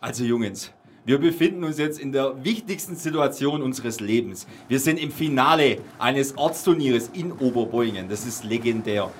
Also Jungens, wir befinden uns jetzt in der wichtigsten Situation unseres Lebens. Wir sind im Finale eines Ortsturnieres in Oberboingen. Das ist legendär.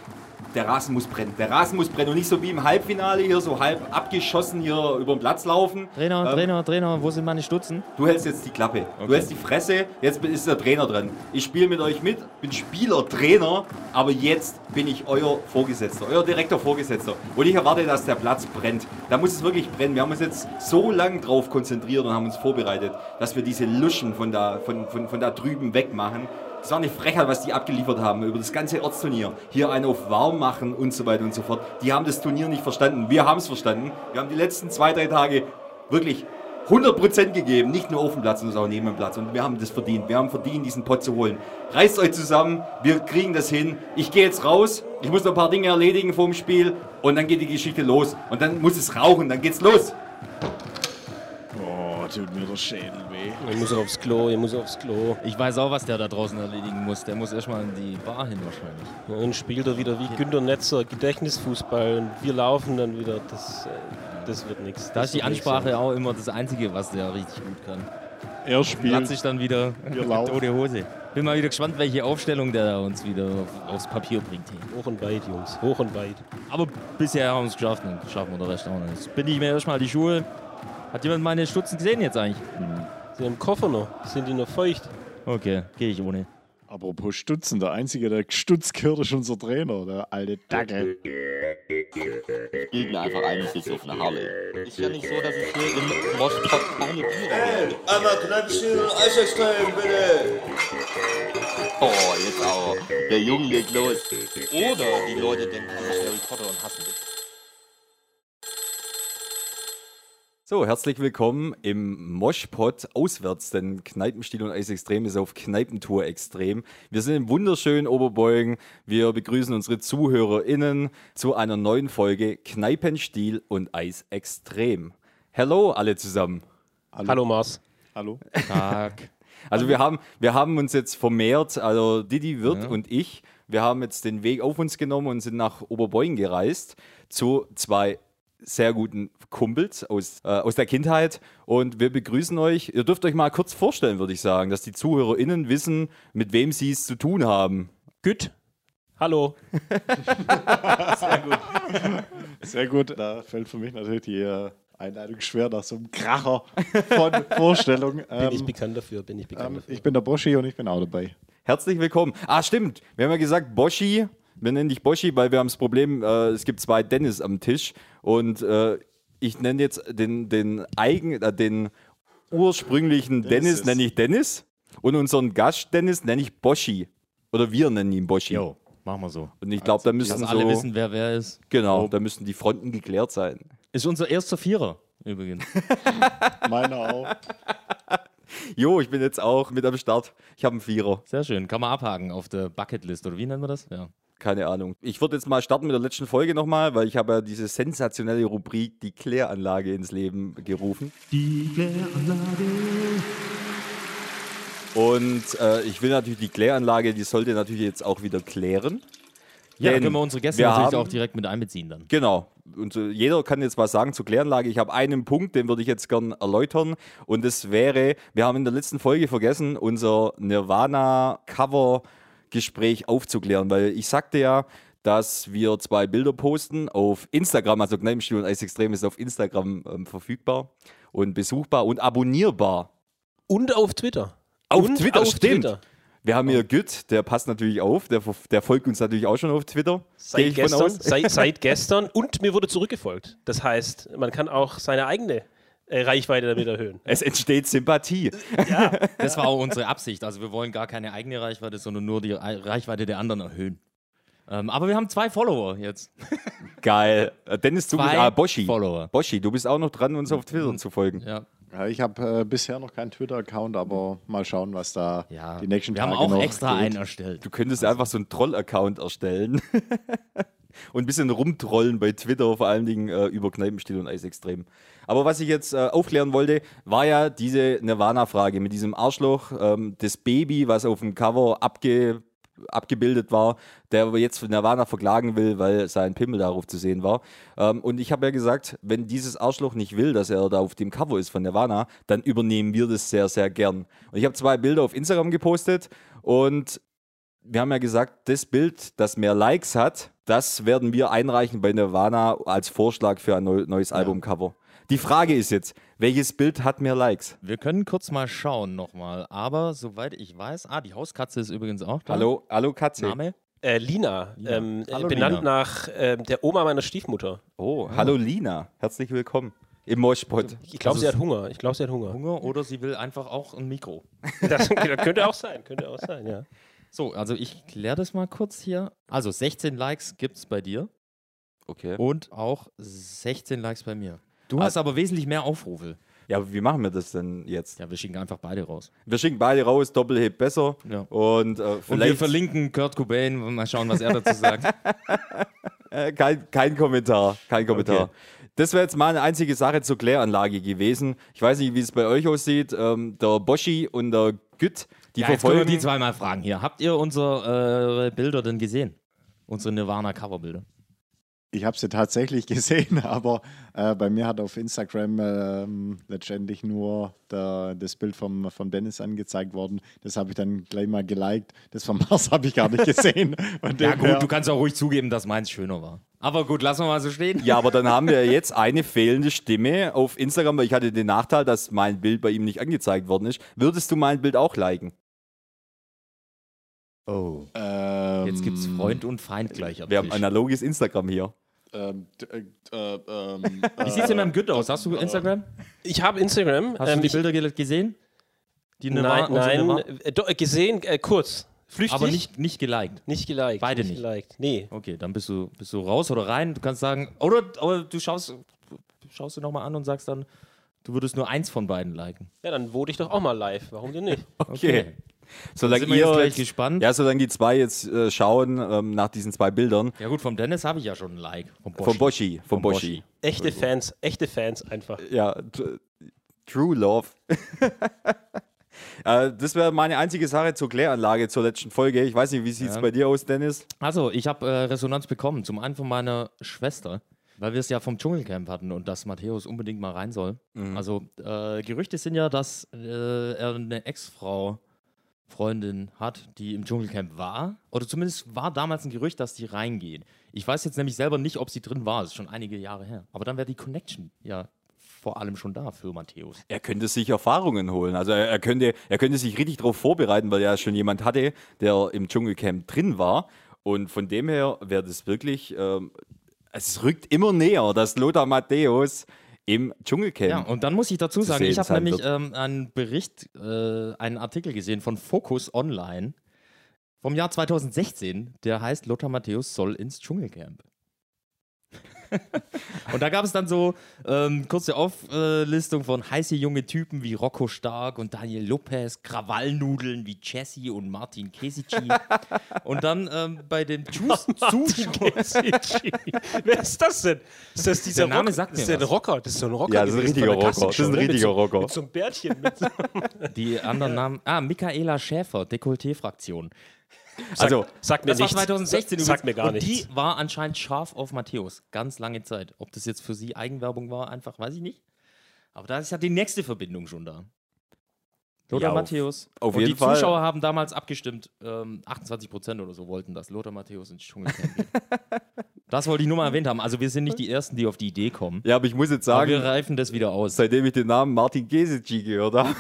Der Rasen muss brennen. Der Rasen muss brennen. Und nicht so wie im Halbfinale hier, so halb abgeschossen hier über den Platz laufen. Trainer, Ähm, Trainer, Trainer, wo sind meine Stutzen? Du hältst jetzt die Klappe. Du hältst die Fresse, jetzt ist der Trainer dran. Ich spiele mit euch mit, bin Spieler, Trainer, aber jetzt bin ich euer Vorgesetzter, euer direkter Vorgesetzter. Und ich erwarte, dass der Platz brennt. Da muss es wirklich brennen. Wir haben uns jetzt so lang drauf konzentriert und haben uns vorbereitet, dass wir diese Luschen von da, von, von, von da drüben wegmachen. Es war eine Frechheit, was die abgeliefert haben über das ganze Ortsturnier. Hier einen auf warm machen und so weiter und so fort. Die haben das Turnier nicht verstanden. Wir haben es verstanden. Wir haben die letzten zwei, drei Tage wirklich 100% gegeben, nicht nur auf dem Platz, sondern auch neben dem Platz. Und wir haben das verdient. Wir haben verdient, diesen Pott zu holen. Reißt euch zusammen, wir kriegen das hin. Ich gehe jetzt raus, ich muss noch ein paar Dinge erledigen vor dem Spiel und dann geht die Geschichte los. Und dann muss es rauchen, dann geht's los. Oh, tut mir der Schädel weh. Ich muss aufs Klo, ich muss aufs Klo. Ich weiß auch, was der da draußen erledigen muss. Der muss erstmal in die Bar hin wahrscheinlich. Und dann spielt er wieder wie Günter Netzer Gedächtnisfußball und wir laufen dann wieder. Das, äh, das wird nichts. Da ist die Ansprache auch immer das Einzige, was der richtig gut kann. Er Platzt spielt. sich dann wieder Wir mit laufen. tote Hose. Bin mal wieder gespannt, welche Aufstellung der da uns wieder auf- aufs Papier bringt. hier. Hoch und weit, Jungs, hoch und weit. Aber bisher haben wir es geschafft und schaffen wir den Rest auch noch. Jetzt bin ich mir erstmal die Schuhe. Hat jemand meine Stutzen gesehen jetzt eigentlich? Sind im Koffer noch? Sind die noch feucht? Okay, gehe ich ohne. Apropos Stutzen, der Einzige, der gestutzt gehört, ist unser Trainer, der alte Dackel. Gib mir einfach einen Fix auf eine Harley. Ist ja nicht so, dass ich hier im Moschpot keine Biere habe. Aber klatschen und Eiserstein, bitte! Oh, jetzt aber. Der Junge legt los. Oder die Leute denken, du bist Harry Potter und hassen dich. So, herzlich willkommen im Moshpot auswärts, denn Kneipenstil und Eis Extrem ist auf Kneipentour extrem. Wir sind im wunderschönen Oberbeugen. Wir begrüßen unsere ZuhörerInnen zu einer neuen Folge Kneipenstil und Eis Extrem. Hello alle zusammen. Hallo Mars. Hallo? Tag. Also wir haben, wir haben uns jetzt vermehrt, also Didi Wirt und ich, wir haben jetzt den Weg auf uns genommen und sind nach Oberboyen gereist zu zwei sehr guten Kumpels aus, äh, aus der Kindheit und wir begrüßen euch. Ihr dürft euch mal kurz vorstellen, würde ich sagen, dass die ZuhörerInnen wissen, mit wem sie es zu tun haben. Gut. Hallo. Sehr gut. Da fällt für mich natürlich die äh, Einladung schwer nach so einem Kracher von Vorstellung. Bin Ähm, ich bekannt dafür, bin ich bekannt ähm, dafür. ich bin der Boschi und ich bin auch dabei. Herzlich willkommen. Ah, stimmt. Wir haben ja gesagt, Boschi. Wir nennen dich Boschi, weil wir haben das Problem, äh, es gibt zwei Dennis am Tisch. Und äh, ich nenne jetzt den, den, eigen, äh, den ursprünglichen Dennis, Dennis ist- nenne ich Dennis. Und unseren Gast Dennis nenne ich Boschi. Oder wir nennen ihn Boschi. Jo, machen wir so. Und ich glaube, da müssen Dass so, alle wissen, wer wer ist. genau, da müssen die Fronten geklärt sein. Ist unser erster Vierer übrigens. Meiner auch. Jo, ich bin jetzt auch mit am Start. Ich habe einen Vierer. Sehr schön. Kann man abhaken auf der Bucketlist oder wie nennt man das? Ja. Keine Ahnung. Ich würde jetzt mal starten mit der letzten Folge nochmal, weil ich habe ja diese sensationelle Rubrik die Kläranlage ins Leben gerufen. Die Kläranlage. Und äh, ich will natürlich die Kläranlage, die sollte natürlich jetzt auch wieder klären. Ja, da Denn können wir unsere Gäste wir natürlich haben- auch direkt mit einbeziehen dann. Genau. Und äh, jeder kann jetzt was sagen zur Kläranlage. Ich habe einen Punkt, den würde ich jetzt gern erläutern. Und das wäre, wir haben in der letzten Folge vergessen, unser Nirvana-Cover-Gespräch aufzuklären, weil ich sagte ja, dass wir zwei Bilder posten auf Instagram, also Kneipenstuhl und Eis Extrem ist auf Instagram ähm, verfügbar und besuchbar und abonnierbar. Und auf Twitter. Auf und Twitter, auf stimmt. Twitter. Wir haben hier Gütt, der passt natürlich auf, der, ver- der folgt uns natürlich auch schon auf Twitter. Gehe Seit ich von gestern, aus. seit, seit gestern und mir wurde zurückgefolgt. Das heißt, man kann auch seine eigene äh, Reichweite damit erhöhen. Es entsteht Sympathie. Das war auch unsere Absicht. Also wir wollen gar keine eigene Reichweite, sondern nur die Ei- Reichweite der anderen erhöhen. Ähm, aber wir haben zwei Follower jetzt. Geil. Äh, Dennis, du bist Zwei ah, Boschi. Follower. Mhm. Boschi, du bist auch noch dran, uns auf Twitter zu folgen. Ja. Ja, ich habe äh, bisher noch keinen Twitter-Account, aber mal schauen, was da ja. die nächsten wir Tage haben auch noch extra geht. einen erstellt. Du könntest einfach so einen Troll-Account erstellen und ein bisschen rumtrollen bei Twitter, vor allen Dingen äh, über Kneipenstil und Eisextrem. Aber was ich jetzt äh, aufklären wollte, war ja diese Nirvana-Frage mit diesem Arschloch, ähm, das Baby, was auf dem Cover abge abgebildet war, der aber jetzt für Nirvana verklagen will, weil sein Pimmel darauf zu sehen war. Ähm, und ich habe ja gesagt, wenn dieses Arschloch nicht will, dass er da auf dem Cover ist von Nirvana, dann übernehmen wir das sehr, sehr gern. Und ich habe zwei Bilder auf Instagram gepostet und wir haben ja gesagt, das Bild, das mehr Likes hat, das werden wir einreichen bei Nirvana als Vorschlag für ein neu- neues Albumcover. Die Frage ist jetzt, welches Bild hat mehr Likes? Wir können kurz mal schauen nochmal. Aber soweit ich weiß, ah, die Hauskatze ist übrigens auch da. Hallo, hallo Katze. Name? Äh, Lina, Ähm, äh, Hallo, benannt Lina. nach ähm, der Oma meiner Stiefmutter. Oh, hallo Lina. Herzlich willkommen im Moshpot. Ich glaube, Also sie es- hat Hunger. Ich glaube, sie hat Hunger. Hunger oder sie will einfach auch ein Mikro. Das, das könnte auch sein, könnte auch sein, ja. So, also ich kläre das mal kurz hier. Also 16 Likes gibt es bei dir Okay. und auch 16 Likes bei mir. Du Ah. hast aber wesentlich mehr Aufrufe. Ja, aber wie machen wir das denn jetzt? Ja, wir schicken einfach beide raus. Wir schicken beide raus, Doppelheb besser. Ja. Und äh, Und wir vielleicht verlinken Kurt Cobain, mal schauen, was er dazu sagt. äh, kein, kein Kommentar. Kein Kommentar. Das wäre jetzt mal eine einzige Sache zur Kläranlage gewesen. Ich weiß nicht, wie es bei euch aussieht. Ähm, der Boschi und der Gütt, die Ja, jetzt können wir verfolgen. die zweimal fragen hier. Habt ihr unsere äh, Bilder denn gesehen? Unsere Nirvana-Coverbilder. Ich habe sie tatsächlich gesehen, aber äh, bei mir hat auf Instagram ähm, letztendlich nur der, das Bild vom, vom Dennis angezeigt worden. Das habe ich dann gleich mal geliked. Das vom Mars habe ich gar nicht gesehen. Von Ja dem gut, her- du kannst auch ruhig zugeben, dass meins schöner war. Aber gut, lassen wir mal so stehen. ja, aber dann haben wir jetzt eine fehlende Stimme auf Instagram, weil ich hatte den Nachteil, dass mein Bild bei ihm nicht angezeigt worden ist. Würdest du mein Bild auch liken? Oh. ähm, Jetzt gibt's Freund und Feind gleich am Wir haben Tisch. analoges Instagram hier. Ähm, d- äh, äh, ähm, Wie sieht's denn beim Günther aus? Hast du Instagram? Ich habe Instagram. Hast ähm, du die ich, Bilder ge- gesehen? Die Nirvana- nein, unsere nein. Nirvana- Äh, doch, äh, gesehen, äh, kurz. Flüchtig. Aber nicht, nicht geliked. Nicht geliked. Beide nicht. geliked. Nee. Okay, dann bist du, bist du raus oder rein. Du kannst sagen, oder, oder du schaust, schaust du nochmal an und sagst dann, du würdest nur eins von beiden liken. Ja, dann vote ich doch auch mal live. Warum denn nicht? Okay. Solange Sind wir jetzt ihr gleich jetzt- gespannt? Ja, solange die zwei jetzt äh, schauen ähm, nach diesen zwei Bildern. Ja gut, vom Dennis habe ich ja schon ein Like. Vom Boschi. Vom Boschi. Vom Boschi. Echte Fans, echte Fans einfach. Ja, t- True Love. äh, das wäre meine einzige Sache zur Kläranlage zur letzten Folge. Ich weiß nicht, wie sieht es Ja. bei dir aus, Dennis? Also, ich habe äh, Resonanz bekommen. Zum einen von meiner Schwester, weil wir es ja vom Dschungelcamp hatten und dass Matthäus unbedingt mal rein soll. Also, äh, Gerüchte sind ja, dass äh, er eine Ex-Frau, Freundin hat, die im Dschungelcamp war. Oder zumindest war damals ein Gerücht, dass die reingeht. Ich weiß jetzt nämlich selber nicht, ob sie drin war. Das ist schon einige Jahre her. Aber dann wäre die Connection ja vor allem schon da für Matthäus. Er könnte sich Erfahrungen holen. Also er, er, könnte, er könnte sich richtig darauf vorbereiten, weil er schon jemand hatte, der im Dschungelcamp drin war. Und von dem her wäre das wirklich, ähm, es rückt immer näher, dass Lothar Matthäus im Dschungelcamp Ja, und dann muss ich dazu sagen, Ähm, sehen ich habe sein nämlich wird. ähm, einen Bericht, äh, einen Artikel gesehen von Focus Online vom Jahr 2016, der heißt Lothar Matthäus soll ins Dschungelcamp. und da gab es dann so ähm, kurze Auflistung von heiße junge Typen wie Rocco Stark und Daniel Lopez, Krawallnudeln wie Jesse und Martin Kesici. und dann ähm, bei dem Zus- Zuschauer. Wer ist das denn? Ist das dieser Der Name Rock- sagt mir ist der ein was. Rocker? Das ist so ein Rocker. Ja, das ist ein gewesen richtiger Rocker. von der Das ist ein Kassenshow, ne? richtiger mit so, Rocker. Mit so einem Bärtchen. Mit so, Die anderen Namen. Ah, Michaela Schäfer, Dekolleté-Fraktion. Also, sag mir Das war nichts. 2016 Sag mir gar und nichts. Die war anscheinend scharf auf Matthäus. Ganz lange Zeit. Ob das jetzt für sie Eigenwerbung war, einfach weiß ich nicht. Aber da ist ja die nächste Verbindung schon da. Lothar Ja, auf- Matthäus. auf und jeden die Fall. Zuschauer haben damals abgestimmt. Ähm, 28 Prozent oder so wollten das. Lothar Matthäus ins Dschungelcamp geht. Das wollte ich nur mal erwähnt haben. Also wir sind nicht die Ersten, die auf die Idee kommen. ja, aber ich muss jetzt Aber sagen, wir reifen das wieder aus. seitdem ich den Namen Martin Kesici gehört habe,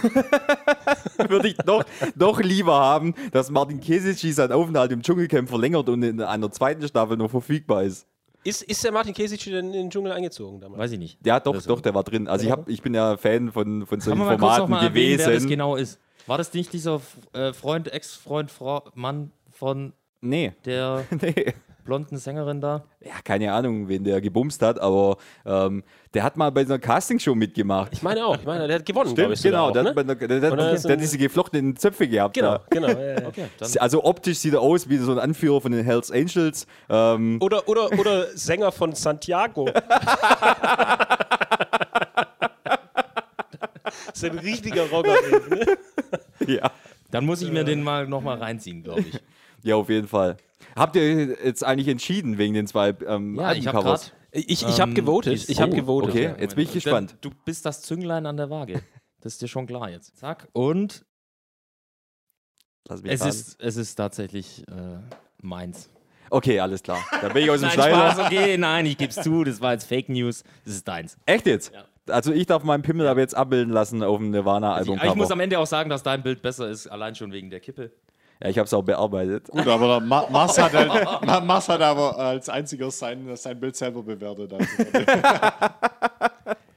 würde ich noch, noch lieber haben, dass Martin Kesici seinen Aufenthalt im Dschungelcamp verlängert und in einer zweiten Staffel noch verfügbar ist. Ist, ist der Martin Kesic denn in den Dschungel eingezogen damals? Weiß ich nicht. Ja, doch, Also- doch, der war drin. Also ich, hab, ich bin ja Fan von, von Kann solchen man mal kurz noch Formaten mal erwähnen, wer das gewesen. genau ist? War das nicht dieser äh, Freund, Ex-Freund, Frau, Mann von nee, der nee. blonden Sängerin da? Ja, keine Ahnung, wen der gebumst hat, aber ähm, der hat mal bei so einer Castingshow mitgemacht. Ich meine auch. Ich meine, der hat gewonnen, glaube ich. genau, sogar der, hat auch, bei ne? einer, der, der, Und dann der, ist der hat ein- diese geflochtenen Zöpfe gehabt. Genau, da. genau. Ja, ja. Okay, dann Also optisch sieht er aus wie so ein Anführer von den Hells Angels. Ähm, Oder, oder, oder Sänger von Santiago. das ist ein richtiger ne? Rocker. ey. ja. Oh. Äh, Dann muss ich mir den mal nochmal reinziehen, glaube ich. Ja, auf jeden Fall. Habt ihr jetzt eigentlich entschieden wegen den zwei ähm, Ja, Ah, ich Ähm, habe gerade. Albumcovers? Ich, ich habe gewotet. Ich habe oh, gewotet. okay. jetzt bin ich gespannt. Du bist das Zünglein an der Waage. Das ist dir schon klar jetzt. Zack. Und Lass mich es raten. ist, es ist tatsächlich äh, meins. okay, alles klar. Da bin ich aus dem Nein, Schneider. Spaß, okay, nein, ich geb's zu, das war jetzt Fake News, das ist deins. Echt jetzt? Also ich darf meinen Pimmel aber jetzt abbilden lassen auf dem Also Ich, ah, Nirvana-Album. ich muss am Ende auch sagen, dass dein Bild besser ist, allein schon wegen der Kippe. ja, ich habe es auch bearbeitet. Gut, aber der Ma Mars, hat halt, Ma Mars hat aber als einziger sein, sein Bild selber bewertet. Also,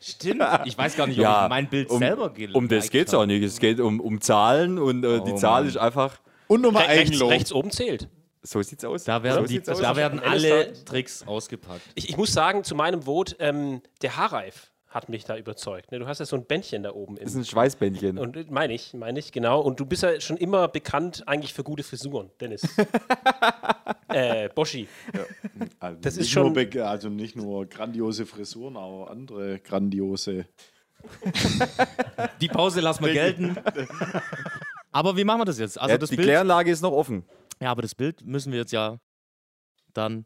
Stimmt, ich weiß gar nicht, ob ja, ich mein Bild um, selber geliked Um das geht's habe. auch nicht. Es geht um, um Zahlen und äh, Oh die Zahl ist einfach. und nochmal Rechts, Eigenlob. rechts oben zählt. So sieht's aus. Da so werden, die, sieht's aus. da werden alle Tricks ausgepackt. Ich, ich muss sagen, zu meinem Vot, ähm, der Haarreif hat mich da überzeugt. Ne, du hast ja so ein Bändchen da oben. Das Im, ist ein Schweißbändchen. und äh, meine ich, meine ich, genau. Und du bist ja schon immer bekannt eigentlich für gute Frisuren, Dennis. äh, Boschi. Also Das ist nicht schon- nur beg- also nicht nur grandiose Frisuren, auch andere grandiose. Die Pause lassen wir gelten. Aber wie machen wir das jetzt? Also ja, das die Bild, Kläranlage ist noch offen. ja, aber das Bild müssen wir jetzt ja dann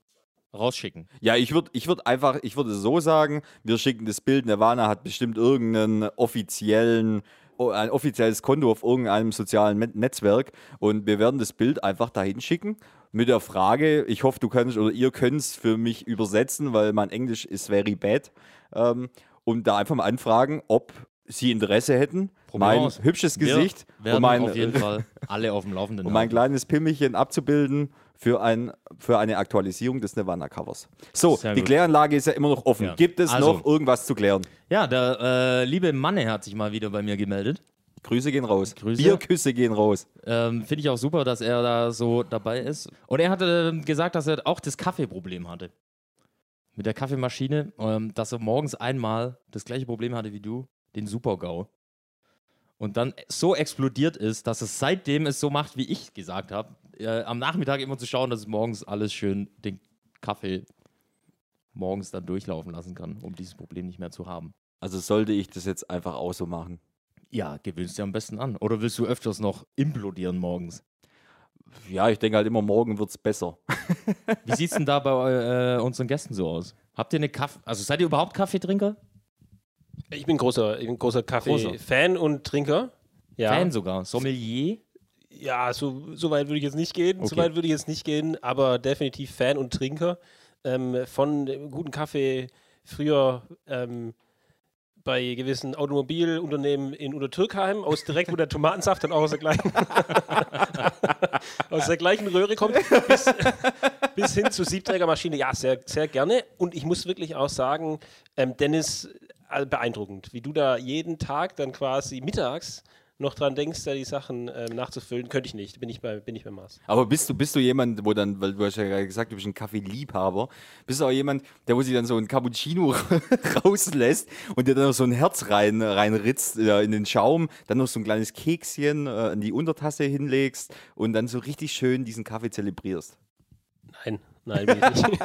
rausschicken. Ja, ich würde ich würd einfach, ich würde so sagen, wir schicken das Bild, Nirvana hat bestimmt irgendeinen offiziellen, o- ein offizielles Konto auf irgendeinem sozialen Met- Netzwerk und wir werden das Bild einfach dahin schicken mit der Frage, ich hoffe, du kannst oder ihr könnt es für mich übersetzen, weil mein Englisch ist very bad, ähm, und da einfach mal anfragen, ob sie Interesse hätten, Probieren mein wir's. hübsches Wir Gesicht werden und mein, auf jeden Fall alle auf dem Laufenden. und mein halten. kleines Pimmelchen abzubilden für, ein, für eine Aktualisierung des Nirvana-Covers. So, Sehr die gut. Kläranlage ist ja immer noch offen. Ja. Gibt es Also- noch irgendwas zu klären? ja, der äh, liebe Manne hat sich mal wieder bei mir gemeldet. Grüße gehen raus. Grüße. Bierküsse gehen raus. Ähm, Finde ich auch super, dass er da so dabei ist. Und er hatte ähm, gesagt, dass er auch das Kaffeeproblem hatte. Mit der Kaffeemaschine, ähm, dass er morgens einmal das gleiche Problem hatte wie du, den Supergau. Und dann so explodiert ist, dass es seitdem es so macht, wie ich gesagt habe, äh, am Nachmittag immer zu schauen, dass es morgens alles schön den Kaffee morgens dann durchlaufen lassen kann, um dieses Problem nicht mehr zu haben. Also sollte ich das jetzt einfach auch so machen? Ja, gewöhnst dir am besten an. Oder willst du öfters noch implodieren morgens? Ja, ich denke halt immer, morgen wird es besser. Wie sieht's denn da bei äh, unseren Gästen so aus? Habt ihr eine Kaffee? Also seid ihr überhaupt Kaffeetrinker? Ich bin großer, ich bin Großer. großer Kaffee-Fan und Trinker. Ja. Fan sogar. Sommelier? Ja, so, so weit würde ich jetzt nicht gehen. Okay. So weit würde ich jetzt nicht gehen, aber definitiv Fan und Trinker ähm, von äh, guten Kaffee. Früher ähm, bei gewissen Automobilunternehmen in Untertürkheim, aus direkt, wo der Tomatensaft dann auch aus der gleichen, aus der gleichen Röhre kommt, bis, bis hin zur Siebträgermaschine. Ja, sehr, sehr gerne. Und ich muss wirklich auch sagen, ähm, Dennis, äh, beeindruckend, wie du da jeden Tag dann quasi mittags noch dran denkst, da die Sachen ähm, nachzufüllen, könnte ich nicht. Bin ich bei, bin ich bei Mars. Aber bist du, bist du jemand, wo dann, weil du hast ja gerade gesagt, du bist ein Kaffeeliebhaber, bist du auch jemand, der wo sich dann so ein Cappuccino rauslässt und dir dann noch so ein Herz rein, reinritzt äh, in den Schaum, dann noch so ein kleines Kekschen äh, in die Untertasse hinlegst und dann so richtig schön diesen Kaffee zelebrierst. Nein, nein, bin ich nicht.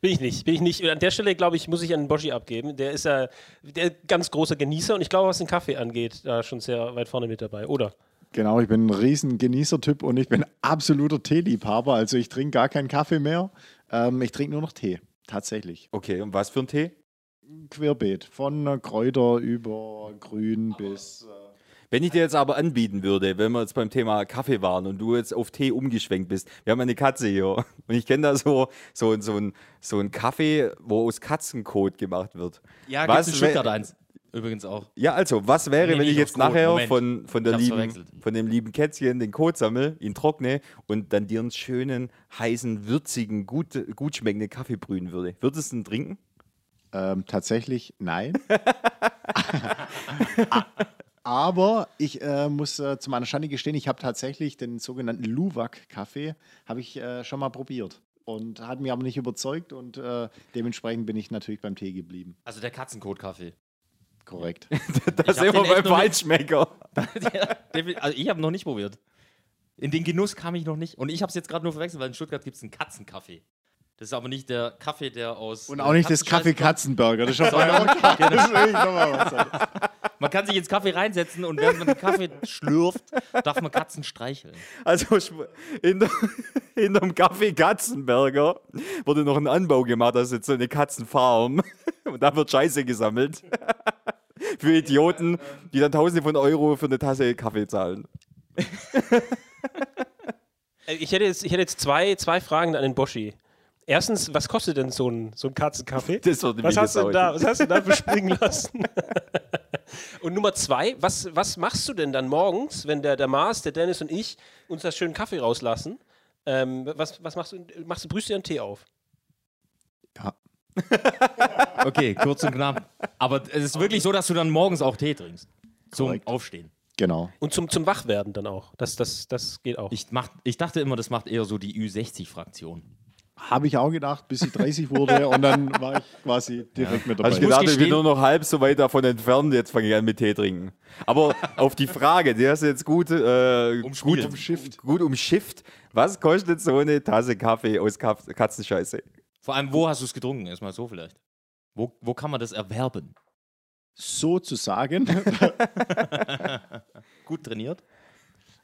bin ich nicht. Bin ich nicht. Und an der Stelle, glaube ich, muss ich an Boschi abgeben. Der ist ja der ganz großer Genießer und ich glaube, was den Kaffee angeht, da schon sehr weit vorne mit dabei, oder? Genau, ich bin ein riesen Genießertyp und ich bin absoluter Teeliebhaber. Also ich trinke gar keinen Kaffee mehr. Ähm, ich trinke nur noch Tee. Tatsächlich. Okay, und was für ein Tee? Querbeet. Von äh, Kräuter über Grün bis. Wenn ich dir jetzt aber anbieten würde, wenn wir jetzt beim Thema Kaffee waren und du jetzt auf Tee umgeschwenkt bist, wir haben eine Katze hier und ich kenne da so, so, so, ein, so einen Kaffee, wo aus Katzenkot gemacht wird. Ja, Was gibt's in wär- Stuttgart eins. Übrigens auch. Ja, also, was wäre, Nee, wenn nee, ich nicht jetzt aufs Kot. nachher Moment. von, von, der Ich hab's lieben, verwechselt. von dem lieben Kätzchen den Kot sammle, ihn trockne und dann dir einen schönen, heißen, würzigen, gut, gut schmeckenden Kaffee brühen würde? Würdest du ihn trinken? Äh, ähm, tatsächlich nein. A- Aber ich äh, muss äh, zu meiner Schande gestehen, ich habe tatsächlich den sogenannten Luwak-Kaffee habe ich äh, schon mal probiert und hat mich aber nicht überzeugt und äh, dementsprechend bin ich natürlich beim Tee geblieben. Also der Katzenkot-Kaffee. Korrekt. Da hab sind wir den echt beim noch nicht- Weinschmecker. also ich habe noch nicht probiert. In den Genuss kam ich noch nicht. Und ich habe es jetzt gerade nur verwechselt, weil in Stuttgart gibt es einen Katzenkaffee. Das ist aber nicht der Kaffee, der aus. äh, Und auch nicht das Katzenscheiß- Kaffee Katzenburger. Das ist schon mal okay. Das will ich noch mal was sagen. Man kann sich ins Kaffee reinsetzen und während man den Kaffee schlürft, darf man Katzen streicheln. Also schw- hinter, hinterm Kaffee Katzenberger wurde noch ein Anbau gemacht, da ist jetzt so eine Katzenfarm. Und da wird Scheiße gesammelt. Für Idioten, die dann Tausende von Euro für eine Tasse Kaffee zahlen. Äh, Ich hätte jetzt, ich hätte jetzt zwei, zwei Fragen an den Boschi. Erstens, was kostet denn so ein, so ein Katzenkaffee? Das wird was, mir hast du denn gesaugt. da, was hast du da bespringen lassen? und Nummer zwei, was, was machst du denn dann morgens, wenn der, der Mars, der Dennis und ich uns das schönen Kaffee rauslassen? Ähm, was, was machst du? Machst du brühst dir einen Tee auf? Okay, kurz und knapp. Aber es ist wirklich so, dass du dann morgens auch Tee trinkst. Zum Korrekt. Aufstehen. Genau. Und zum, zum Wachwerden dann auch. Das, das, das geht auch. Ich, mach, ich dachte immer, das macht eher so die Ü60-Fraktion. Habe ich auch gedacht, bis ich 30 wurde und dann war ich quasi direkt mit dabei. Also ich gedacht, ich bin gestehen- nur noch halb so weit davon entfernt, jetzt fange ich an mit Tee trinken. Aber auf die Frage, die hast du jetzt gut, äh, gut, Umspielt. umschifft. gut umschifft. Was kostet so eine Tasse Kaffee aus Kaf- Katzenscheiße? Vor allem, wo hast du es getrunken? Erstmal so vielleicht. Wo, wo kann man das erwerben? Sozusagen. Gut trainiert?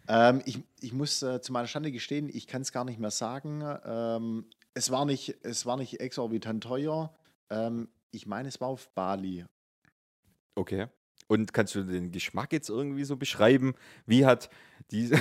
Ähm, ich, ich muss äh, zu meiner Schande gestehen, ich kann es gar nicht mehr sagen. Ähm, es, war nicht, es war nicht exorbitant teuer. Ähm, ich meine, es war auf Bali. Okay. Und kannst du den Geschmack jetzt irgendwie so beschreiben? Wie hat diese.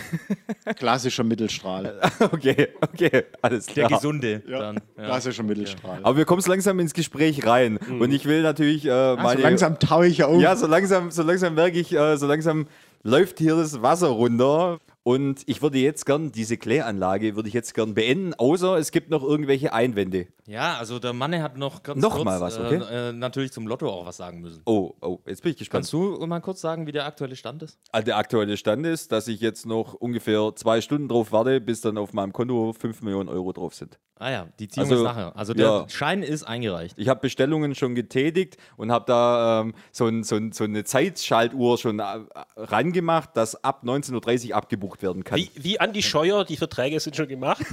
Klassischer Mittelstrahl. okay, okay, alles Der klar. gesunde. Ja, Dann, ja. Klassischer Mittelstrahl. Aber wir kommen so langsam ins Gespräch rein. Und ich will natürlich äh, meine. also langsam taue ich auf. Ja, so langsam, so langsam merke ich, äh, so langsam läuft hier das Wasser runter. Und ich würde jetzt gern diese Kläranlage würde ich jetzt gern beenden, außer es gibt noch irgendwelche Einwände. ja, also der Manne hat noch ganz Noch kurz, mal was, okay? äh, äh, natürlich zum Lotto auch was sagen müssen. Oh, oh, jetzt bin ich gespannt. Kannst du mal kurz sagen, wie der aktuelle Stand ist? Ah, Der aktuelle Stand ist, dass ich jetzt noch ungefähr zwei Stunden drauf warte, bis dann auf meinem Konto 5 Millionen Euro drauf sind. Ah ja, die Ziehung Also, ist nachher. Also der ja. Schein ist eingereicht. Ich habe Bestellungen schon getätigt und habe da ähm, so, ein, so, ein, so eine Zeitschaltuhr schon äh, rangemacht, dass ab 19.30 Uhr abgebucht werden kann. Wie, wie Andi Scheuer, die Verträge sind schon gemacht.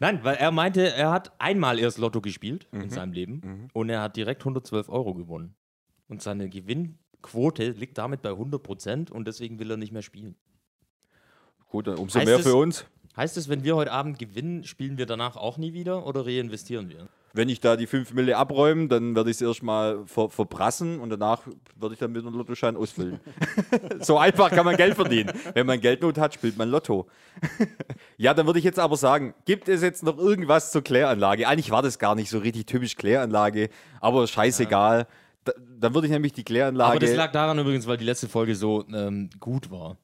Nein, weil er meinte, er hat einmal erst Lotto gespielt Mhm. in seinem Leben und er hat direkt 112 Euro gewonnen. Und seine Gewinnquote liegt damit bei 100 Prozent und deswegen will er nicht mehr spielen. Gut, dann umso Heißt mehr es- für uns. Heißt es, wenn wir heute Abend gewinnen, spielen wir danach auch nie wieder oder reinvestieren wir? Wenn ich da die 5 Mille abräume, dann werde ich es erstmal ver verprassen und danach werde ich dann mit einem Lottoschein ausfüllen. so einfach kann man Geld verdienen. Wenn man Geldnot hat, spielt man Lotto. ja, dann würde ich jetzt aber sagen, gibt es jetzt noch irgendwas zur Kläranlage? Eigentlich war das gar nicht so richtig typisch Kläranlage, aber scheißegal. Da, dann würde ich nämlich die Kläranlage Aber das lag daran übrigens, weil die letzte Folge so ähm, gut war.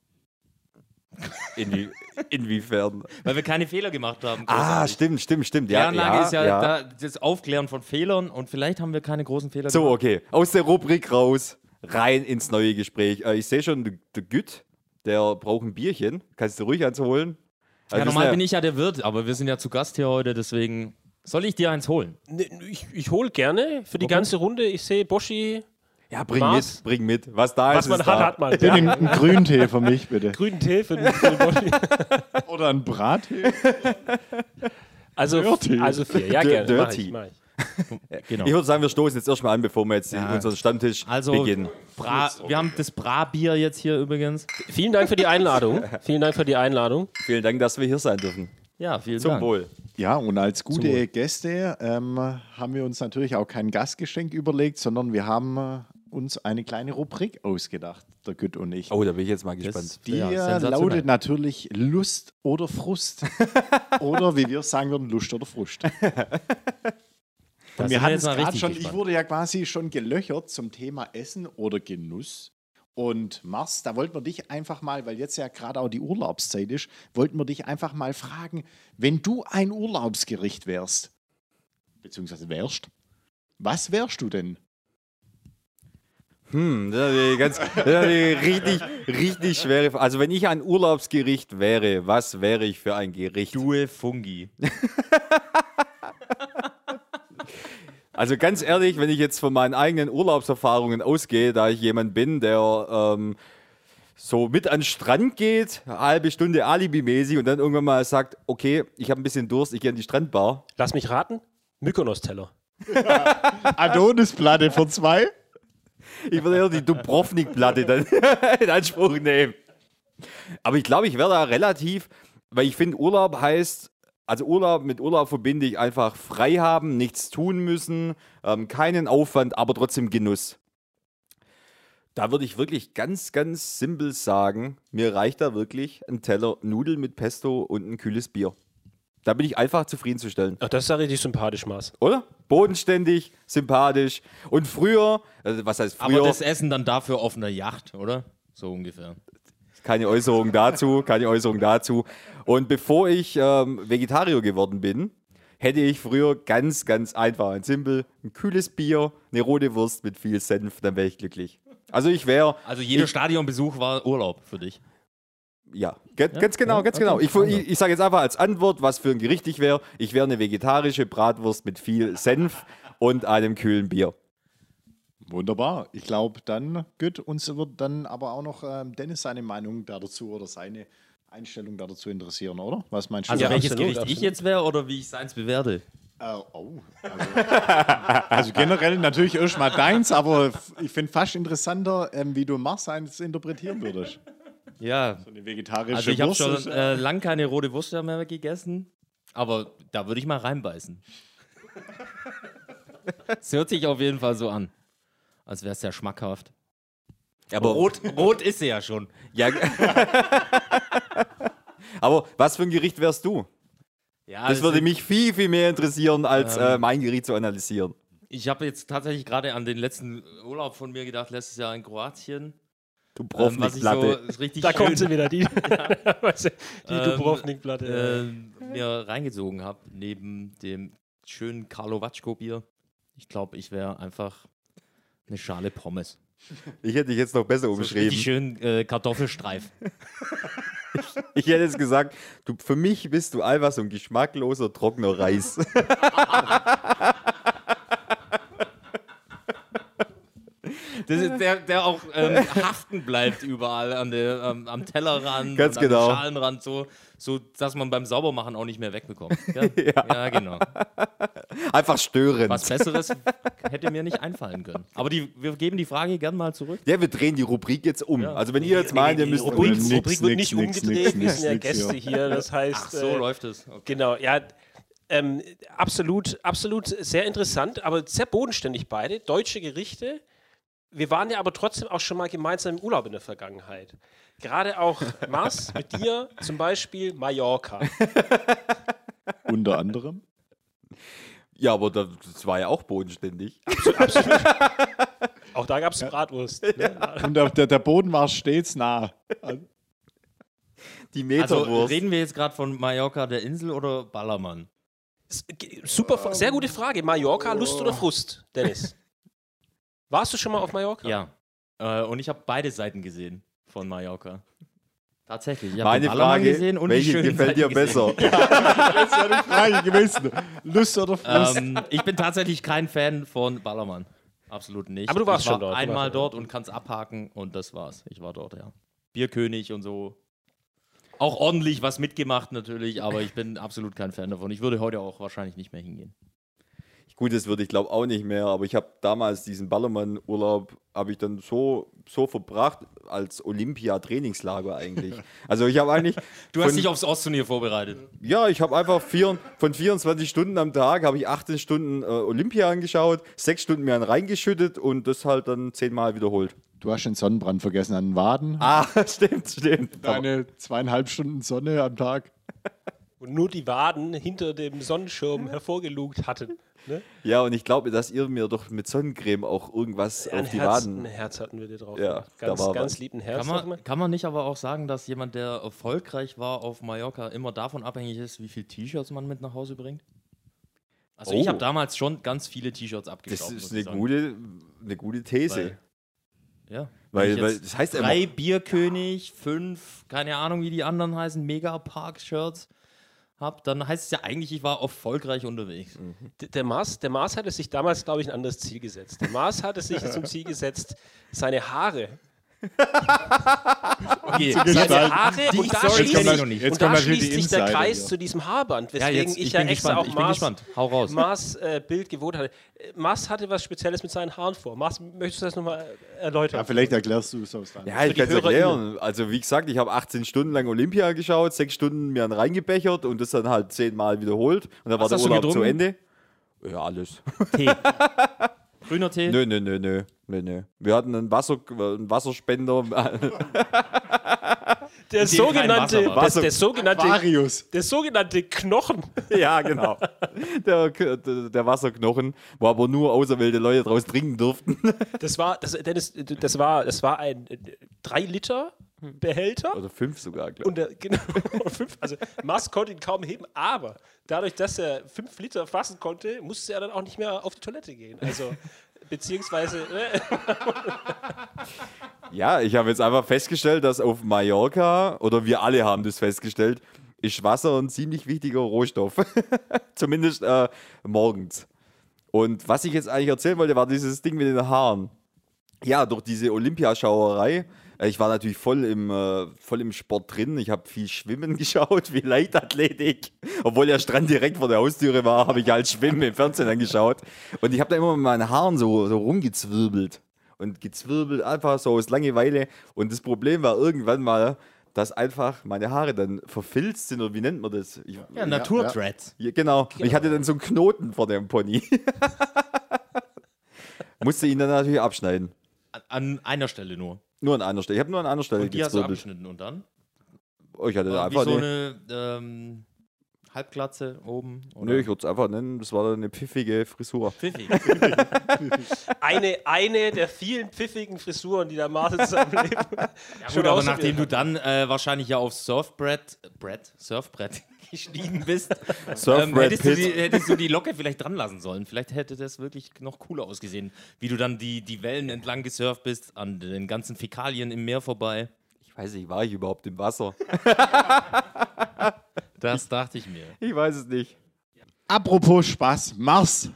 Inwie inwiefern. Weil wir keine Fehler gemacht haben. Ah, großartig. stimmt, stimmt, stimmt. Die Ja, Anlage ja, ist ja, Da, das Aufklären von Fehlern und vielleicht haben wir keine großen Fehler So, gemacht. okay. Aus der Rubrik raus, rein ins neue Gespräch. Äh, ich sehe schon, der der Güt, der braucht ein Bierchen. Kannst du ruhig eins holen? Also Ja, wir normal sind bin ich ja der Wirt, aber wir sind ja zu Gast hier heute, deswegen soll ich dir eins holen? Ne, Ich, ich hole gerne für die ganze Runde. Ich sehe Boschi. Ja, bring Mars. mit, bring mit. Was da Was ist, man ist hat, da. hat man. Den Ja. in- einen Grüntee für mich, bitte. Grünen Tee für den, für den Boschi. Oder einen Brattee. Also, Dirty. also vier. Ja, Dir- gerne. Mach ich, dirty. mach ich. Genau. Ich würde sagen, wir stoßen jetzt erstmal an, bevor wir jetzt unseren Stammtisch Also, beginnen. Bra wir haben das Bra-Bier jetzt hier übrigens. Vielen Dank für die Einladung. Vielen Dank für die Einladung. Vielen Dank, dass wir hier sein dürfen. Ja, vielen Zum Dank. Wohl. Ja, und als gute Wohl. Gäste ähm, haben wir uns natürlich auch kein Gastgeschenk überlegt, sondern wir haben äh, uns eine kleine Rubrik ausgedacht, der Gütt und ich. Oh, da bin ich jetzt mal gespannt. Die Ja, äh, sensationell. lautet natürlich Lust oder Frust. oder wie wir sagen würden, Lust oder Frust. Da Und sind wir hatten jetzt es mal gerade richtig schon, ich gespannt. wurde ja quasi schon gelöchert zum Thema Essen oder Genuss. Und Mars, da wollten wir dich einfach mal, weil jetzt ja gerade auch die Urlaubszeit ist, wollten wir dich einfach mal fragen, wenn du ein Urlaubsgericht wärst, beziehungsweise wärst, was wärst du denn? Hm, das ist eine ganz, das ist eine richtig, richtig schwere Frage. Also, wenn ich ein Urlaubsgericht wäre, was wäre ich für ein Gericht? Due Fungi. Also ganz ehrlich, wenn ich jetzt von meinen eigenen Urlaubserfahrungen ausgehe, da ich jemand bin, der ähm, so mit an den Strand geht, eine halbe Stunde alibimäßig und dann irgendwann mal sagt, okay, ich habe ein bisschen Durst, ich gehe in die Strandbar. Lass mich raten. Mykonos-Teller. Adonis-Platte für zwei. Ich würde eher die Dubrovnik-Platte dann in Anspruch nehmen. Aber ich glaube, ich wäre da relativ, weil ich finde, Urlaub heißt, also Urlaub mit Urlaub verbinde ich einfach frei haben, nichts tun müssen, ähm, keinen Aufwand, aber trotzdem Genuss. Da würde ich wirklich ganz, ganz simpel sagen, mir reicht da wirklich ein Teller Nudeln mit Pesto und ein kühles Bier. Da bin ich einfach zufriedenzustellen. Ach, das ist ja richtig sympathisch, Maß. Oder? Bodenständig, sympathisch. Und früher, also was heißt früher? Aber das Essen dann dafür auf einer Yacht, oder? So ungefähr. keine Äußerung dazu, keine Äußerung dazu. Und bevor ich ähm, Vegetarier geworden bin, hätte ich früher ganz, ganz einfach und simpel ein kühles Bier, eine rote Wurst mit viel Senf, dann wäre ich glücklich. Also ich wäre, Also jeder Ich- Stadionbesuch war Urlaub für dich. ja, ge- ganz genau, ganz genau. Ich, ich, ich sage jetzt einfach als Antwort, was für ein Gericht ich wäre. Ich wäre eine vegetarische Bratwurst mit viel Senf und einem kühlen Bier. Wunderbar. Ich glaube, dann gut. Uns wird dann aber auch noch ähm, Dennis seine Meinung da dazu oder seine Einstellung da dazu interessieren, oder? Was meinst du? Also Ja, welches absolut, Gericht ich absolut. jetzt wäre oder wie ich seins bewerte. Äh, oh, also, also generell natürlich erstmal deins, aber f- ich finde fast interessanter, ähm, wie du Mars eins interpretieren würdest. Ja, Eine vegetarische also ich habe Wurst ist- schon äh, lang keine rote Wurst mehr gegessen, aber da würde ich mal reinbeißen. Es hört sich auf jeden Fall so an, als wäre es ja schmackhaft. Aber Rot, rot ist sie ja schon. Ja. g- Aber was für ein Gericht wärst du? Ja, Das würde mich viel, viel mehr interessieren, als äh, mein Gericht zu analysieren. Ich habe jetzt tatsächlich gerade an den letzten Urlaub von mir gedacht, letztes Jahr in Kroatien. Du Ähm, was ich so Platte. richtig Da schön, kommt sie wieder, die, äh, Weißt du, die Ähm, Dubrovnik-Platte. ähm, mir reingezogen habe, neben dem schönen Karlovacko-Bier. Ich glaube, ich wäre einfach eine Schale Pommes. Ich hätte dich jetzt noch besser Richtig umschrieben. schön äh, Kartoffelstreif. Ich hätte jetzt gesagt, du, für mich bist du einfach so ein geschmackloser, trockener Reis. Das ist der, der auch ähm, haften bleibt überall an der, am- am Tellerrand, Ganz und am genau. Schalenrand, so, so dass man beim Saubermachen auch nicht mehr wegbekommt. gell? ja, genau. Einfach störend. Was Besseres hätte mir nicht einfallen können. Aber die, wir geben die Frage gern mal zurück. Ja, wir drehen die Rubrik jetzt um. Also wenn ihr jetzt Nee, meint, nee, ihr nee, müsst... Rubrik, Nix, Rubrik wird nix, nicht nix, umgedreht, nix, wir sind ja nix, nix, Gäste hier, das heißt. Ach, so äh, läuft es. Okay. Genau, ja, ähm, absolut, absolut sehr interessant, aber sehr bodenständig beide. Deutsche Gerichte. Wir waren ja aber trotzdem auch schon mal gemeinsam im Urlaub in der Vergangenheit. Gerade auch Mars mit dir, zum Beispiel Mallorca. Unter anderem. Ja, aber da- das war ja auch bodenständig. Auch da gab es Bratwurst. Ne? Und der, der, der Boden war stets nah. Die Also Meterwurst. reden wir jetzt gerade von Mallorca der Insel oder Ballermann? S- g- Super, Fra- sehr gute Frage. Mallorca, Lust oder Frust, Dennis? Warst du schon mal auf Mallorca? Ja. Äh, und ich habe beide Seiten gesehen von Mallorca. Tatsächlich. Ich hab Meine den Ballermann Frage, gesehen und die welche schönen gefällt dir Seiten gesehen. besser? Das wäre die Frage gewesen. Lust oder Frust? Ähm, ich bin tatsächlich kein Fan von Ballermann. Absolut nicht. Aber du warst ich war schon dort, du Einmal warst schon dort und kannst abhaken und das war's. Ich war dort, ja. Bierkönig und so. Auch ordentlich was mitgemacht natürlich, aber ich bin absolut kein Fan davon. Ich würde heute auch wahrscheinlich nicht mehr hingehen. Gut, das würde ich glaube auch nicht mehr, aber ich habe damals diesen Ballermann-Urlaub, habe ich dann so, so verbracht als Olympia-Trainingslager eigentlich. Also ich habe eigentlich... Du hast von- dich aufs Ostturnier vorbereitet. Ja, ich habe einfach vier, von 24 Stunden am Tag habe ich 18 Stunden äh, Olympia angeschaut, sechs Stunden mir einen reingeschüttet und das halt dann zehnmal wiederholt. Ähm. Du hast den Sonnenbrand vergessen an den Waden. Ah, stimmt, stimmt. Deine zweieinhalb Stunden Sonne am Tag. Und nur die Waden hinter dem Sonnenschirm hervorgelugt hatten. Ne? Ja, und ich glaube, dass ihr mir doch mit Sonnencreme auch irgendwas auf die Herz, ein Waden. Herz hatten wir dir drauf. Ja, gemacht. da ganz, war ganz was. lieb ein Herz. Kann drauf man, gemacht. kann man nicht aber auch sagen, dass jemand, der erfolgreich war auf Mallorca, immer davon abhängig ist, wie viel T-Shirts man mit nach Hause bringt? Also ich Oh. habe damals schon ganz viele T-Shirts abgestaubt. Das muss ist ich eine sagen. gute, eine gute These. Ja. Weil- Wenn ich weil jetzt das heißt ja drei Bierkönig, fünf, keine Ahnung, wie die anderen heißen, Mega Park Shirts hab, dann heißt es ja eigentlich, ich war erfolgreich unterwegs. Mhm. D- Der Mars, der Mars hatte sich damals, glaube ich, ein anderes Ziel gesetzt. Der Mars hatte sich zum Ziel gesetzt, seine Haare Okay. gestalten. Haare Die- und da sorry, schließt, kenn ich sich, noch nicht. Jetzt und da kommt natürlich schließt die sich der Insider Kreis hier. zu diesem Haarband, Ja, weswegen jetzt, ich, ich ja bin extra gespannt. auf Ich bin Mars, gespannt. Hau raus. Mars äh, Bild gewohnt hatte. Äh, Mars hatte was Spezielles mit seinen Haaren vor. Mars, möchtest du das nochmal erläutern? Ja, vielleicht erklärst du es auch dann. Ja, ich die kann es erklären. Also wie gesagt, ich habe 18 Stunden lang Olympia geschaut, 6 Stunden mir einen reingebechert und das dann halt 10 Mal wiederholt. Und dann war der hast du Urlaub zu getrunken? Ende. Ja, alles. Tee. Grüner Tee. Nö, nö, nö, nö. Nö, nö. Wir hatten einen, Wasser, einen Wasserspender. der, sogenannte, Wasserbad. das, der sogenannte Marius. der sogenannte Knochen. ja, genau. Der, der, der Wasserknochen, wo aber nur auserwählte Leute draus trinken durften. Das war, das, Dennis, das war, das war ein äh, 3-Liter-Behälter. Oder fünf sogar, glaube Und der, genau, fünf, also Mars konnte ihn kaum heben, aber dadurch, dass er fünf Liter fassen konnte, musste er dann auch nicht mehr auf die Toilette gehen. Also, beziehungsweise, äh, Ja, ich habe jetzt einfach festgestellt, dass auf Mallorca, oder wir alle haben das festgestellt, ist Wasser ein ziemlich wichtiger Rohstoff. Zumindest äh, morgens. Und was ich jetzt eigentlich erzählen wollte, war dieses Ding mit den Haaren. Ja, durch diese Olympiaschauerei. äh, Ich war natürlich voll im, äh, voll im Sport drin. Ich habe viel Schwimmen geschaut, viel Leichtathletik. Obwohl der Strand direkt vor der Haustüre war, habe ich halt Schwimmen im Fernsehen angeschaut. Und ich habe da immer mit meinen Haaren so, so rumgezwirbelt. Und gezwirbelt, einfach so aus Langeweile. Und das Problem war irgendwann mal, dass einfach meine Haare dann verfilzt sind. Oder wie nennt man das? Ich, Ja, Naturthreads. ja, genau. Und ich hatte dann so einen Knoten vor dem Pony. Musste ihn dann natürlich abschneiden. An einer Stelle nur. Nur an einer Stelle. Ich habe nur an einer Stelle Die hast du gezwirbelt. abgeschnitten und dann? Oh, ich hatte da Wie einfach so eine. eine ähm, Halbglatze oben? Oder? Nö, ich würde es einfach nennen. Das war dann eine pfiffige Frisur. Pfiffig. eine, eine der vielen pfiffigen Frisuren, die der Mars in seinem Leben Ja, gut, aber ausprobiert nachdem du hat. dann äh, wahrscheinlich ja aufs Surfbrett, Brett, Surfbrett gestiegen bist, ähm, Surfbrett hättest, du Pitt. die, hättest du die Locke vielleicht dran lassen sollen. Vielleicht hätte das wirklich noch cooler ausgesehen, wie du dann die, die Wellen entlang gesurft bist, an den ganzen Fäkalien im Meer vorbei. Ich weiß nicht, war ich überhaupt im Wasser? Das dachte ich mir. Ich weiß es nicht. Apropos Spaß, Mars.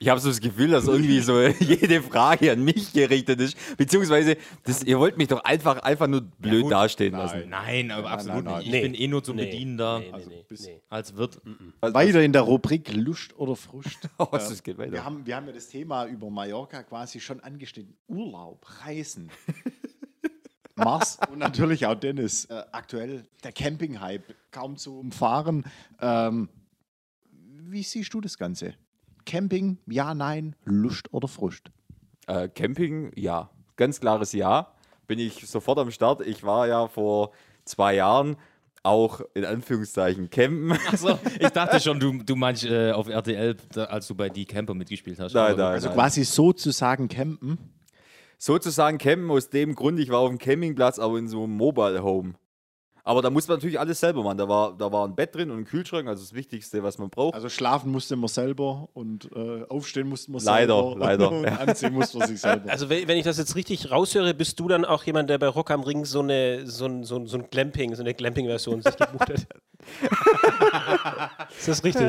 Ich habe so das Gefühl, dass irgendwie so jede Frage an mich gerichtet ist. Beziehungsweise, das, ihr wollt mich doch einfach, einfach nur blöd gut, dastehen nein. lassen. Nein, aber absolut nein, nicht. Ich nein. bin eh nur zum Nee, Bedienen da, Also Nee, nee, nee, bis- nee. als Wirt. Weiter in der Rubrik Lust oder Frust. Oh, das geht weiter. Wir haben, wir haben ja das Thema über Mallorca quasi schon angeschnitten. Urlaub, Reisen. Mars und natürlich auch Dennis. Äh, aktuell der Camping-Hype, kaum zu umfahren. Ähm, wie siehst du das Ganze? Camping, ja, nein, Lust oder Frust? Äh, Camping, ja. Ganz klares Ja. Bin ich sofort am Start. Ich war ja vor zwei Jahren auch in Anführungszeichen campen. Achso, ich dachte schon, du, du meinst äh, auf RTL, da, als du bei Die Camper mitgespielt hast. Nein, Aber- nein, Also nein. quasi sozusagen campen. Sozusagen campen aus dem Grund, ich war auf dem Campingplatz, aber in so einem Mobile Home. Aber da muss man natürlich alles selber machen. Da war, da war ein Bett drin und ein Kühlschrank, also das Wichtigste, was man braucht. Also schlafen musste man selber und äh, aufstehen musste man Leider, selber. leider. Und, und anziehen musste man sich selber. Also, wenn, wenn ich das jetzt richtig raushöre, bist du dann auch jemand, der bei Rock am Ring so, eine, so, ein, so, ein, so ein Glamping, so eine Glamping-Version sich gebucht hat. Ist das richtig?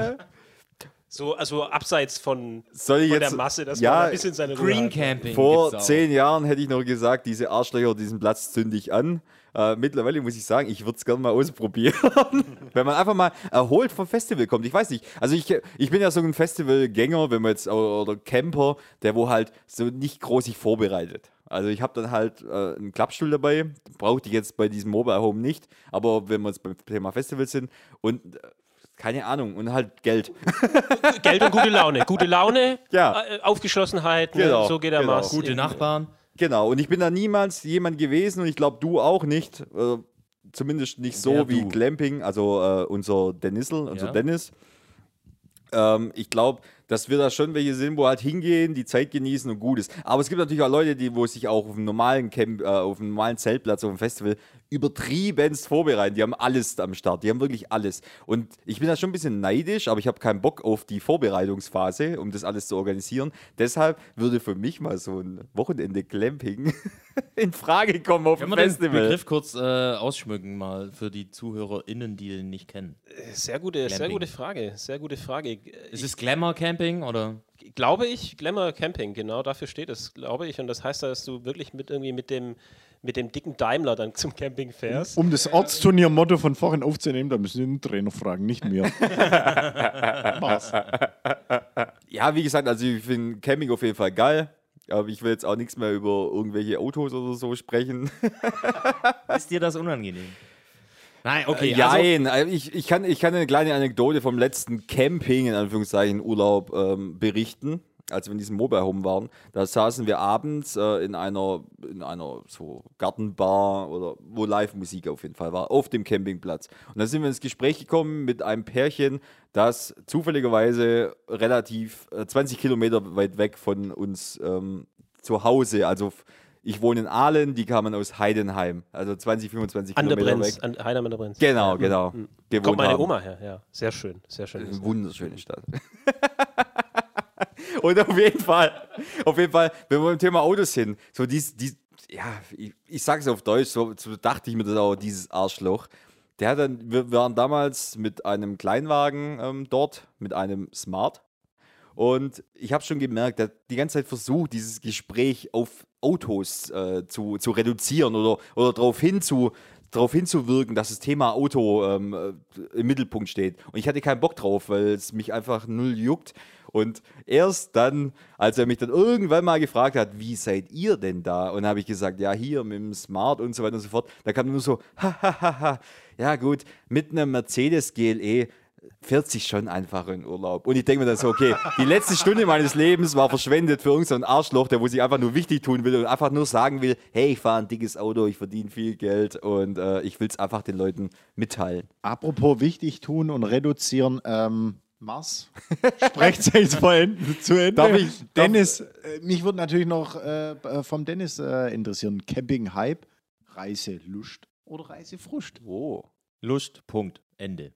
So, also abseits von, Soll ich von jetzt- der Masse, dass ja, man ein bisschen seine Ruhe Green hat. Camping. Vor gibt's auch. zehn Jahren hätte ich noch gesagt, diese Arschlöcher, diesen Platz zünde ich an. Äh, mittlerweile muss ich sagen, ich würde es gerne mal ausprobieren. wenn man einfach mal erholt vom Festival kommt. Ich weiß nicht. Also ich, ich bin ja so ein Festivalgänger, wenn man jetzt oder Camper, der wo halt so nicht groß sich vorbereitet. Also ich habe dann halt äh, einen Klappstuhl dabei, brauchte ich jetzt bei diesem Mobile Home nicht, aber wenn wir jetzt beim Thema Festival sind und äh, keine Ahnung und halt Geld. Geld und gute Laune. Gute Laune, Ja. äh, Aufgeschlossenheit, ne? Genau, so geht der genau. Mars. Gute Nachbarn. Genau, und ich bin da niemals jemand gewesen und ich glaube, du auch nicht. Äh, zumindest nicht so Wer wie du? Glamping, also äh, unser Dennisel, unser Ja. Dennis. Ähm, ich glaube, dass wir da schon welche sind, wo halt hingehen, die Zeit genießen und gut ist. Aber es gibt natürlich auch Leute, die wo sich auch auf einem normalen Camp, äh, auf einem normalen Zeltplatz, auf einem Festival übertriebenst vorbereiten. Die haben alles am Start, die haben wirklich alles. Und ich bin da schon ein bisschen neidisch, aber ich habe keinen Bock auf die Vorbereitungsphase, um das alles zu organisieren. Deshalb würde für mich mal so ein Wochenende Glamping in Frage kommen auf Können dem wir den Festival. Begriff kurz äh, ausschmücken, mal für die ZuhörerInnen, die den nicht kennen? Sehr gute, sehr Glamping. gute Frage. Sehr gute Frage. Ist es Glamour Camping oder? glaube ich, Glamour Camping, genau dafür steht es, glaube ich. Und das heißt, dass du wirklich mit irgendwie mit dem, mit dem dicken Daimler dann zum Camping fährst. Um das Ortsturnier-Motto von vorhin aufzunehmen, da müssen wir den Trainer fragen, nicht mir. Mars. Ja, wie gesagt, also ich finde Camping auf jeden Fall geil. Aber ich will jetzt auch nichts mehr über irgendwelche Autos oder so sprechen. Ist dir das unangenehm? Nein, okay. also, Nein, also ich, ich, kann, ich kann eine kleine Anekdote vom letzten Camping, in Anführungszeichen, Urlaub ähm, berichten. Als wir in diesem Mobile Home waren, da saßen wir abends äh, in einer, in einer so Gartenbar oder wo Live-Musik auf jeden Fall war, auf dem Campingplatz. Und dann sind wir ins Gespräch gekommen mit einem Pärchen, das zufälligerweise relativ äh, 20 Kilometer weit weg von uns ähm, zu Hause, also f- ich wohne in Aalen, die kamen aus Heidenheim, also 20, 25 An der Kilometer weg. Brenz, an, Heiner an der Brenz. Genau, genau. Gewohnt Mhm. Kommt meine haben. Oma her, ja. Sehr schön, sehr schön. Wunderschöne Stadt. Und auf jeden Fall, auf jeden Fall, wenn wir beim Thema Autos sind, so dies, dies ja, ich, ich sag's auf Deutsch, so, so dachte ich mir das auch, dieses Arschloch. Der hat dann, wir waren damals mit einem Kleinwagen ähm, dort, mit einem Smart. Und ich habe schon gemerkt, der hat die ganze Zeit versucht, dieses Gespräch auf Autos äh, zu, zu reduzieren oder, oder darauf hinzu darauf hinzuwirken, dass das Thema Auto ähm, äh, im Mittelpunkt steht. Und ich hatte keinen Bock drauf, weil es mich einfach null juckt. Und erst dann, als er mich dann irgendwann mal gefragt hat, wie seid ihr denn da? Und habe ich gesagt, ja, hier mit dem Smart und so weiter und so fort. Da kam nur so, ha, ha, ha, ha. ja gut, mit einem Mercedes E GLE fährt sich schon einfach in Urlaub. Und ich denke mir dann so, okay, die letzte Stunde meines Lebens war verschwendet für irgendeinen Arschloch, der wo sich einfach nur wichtig tun will und einfach nur sagen will, hey, ich fahre ein dickes Auto, ich verdiene viel Geld und äh, ich will es einfach den Leuten mitteilen. Apropos wichtig tun und reduzieren, ähm, Mars, sprecht jetzt vorhin zu Ende. Darf ich- darf- Dennis, äh, mich würde natürlich noch äh, äh, vom Dennis äh, interessieren. Camping-Hype, Reiselust oder Reisefrust? Oh. Lust, Punkt, Ende.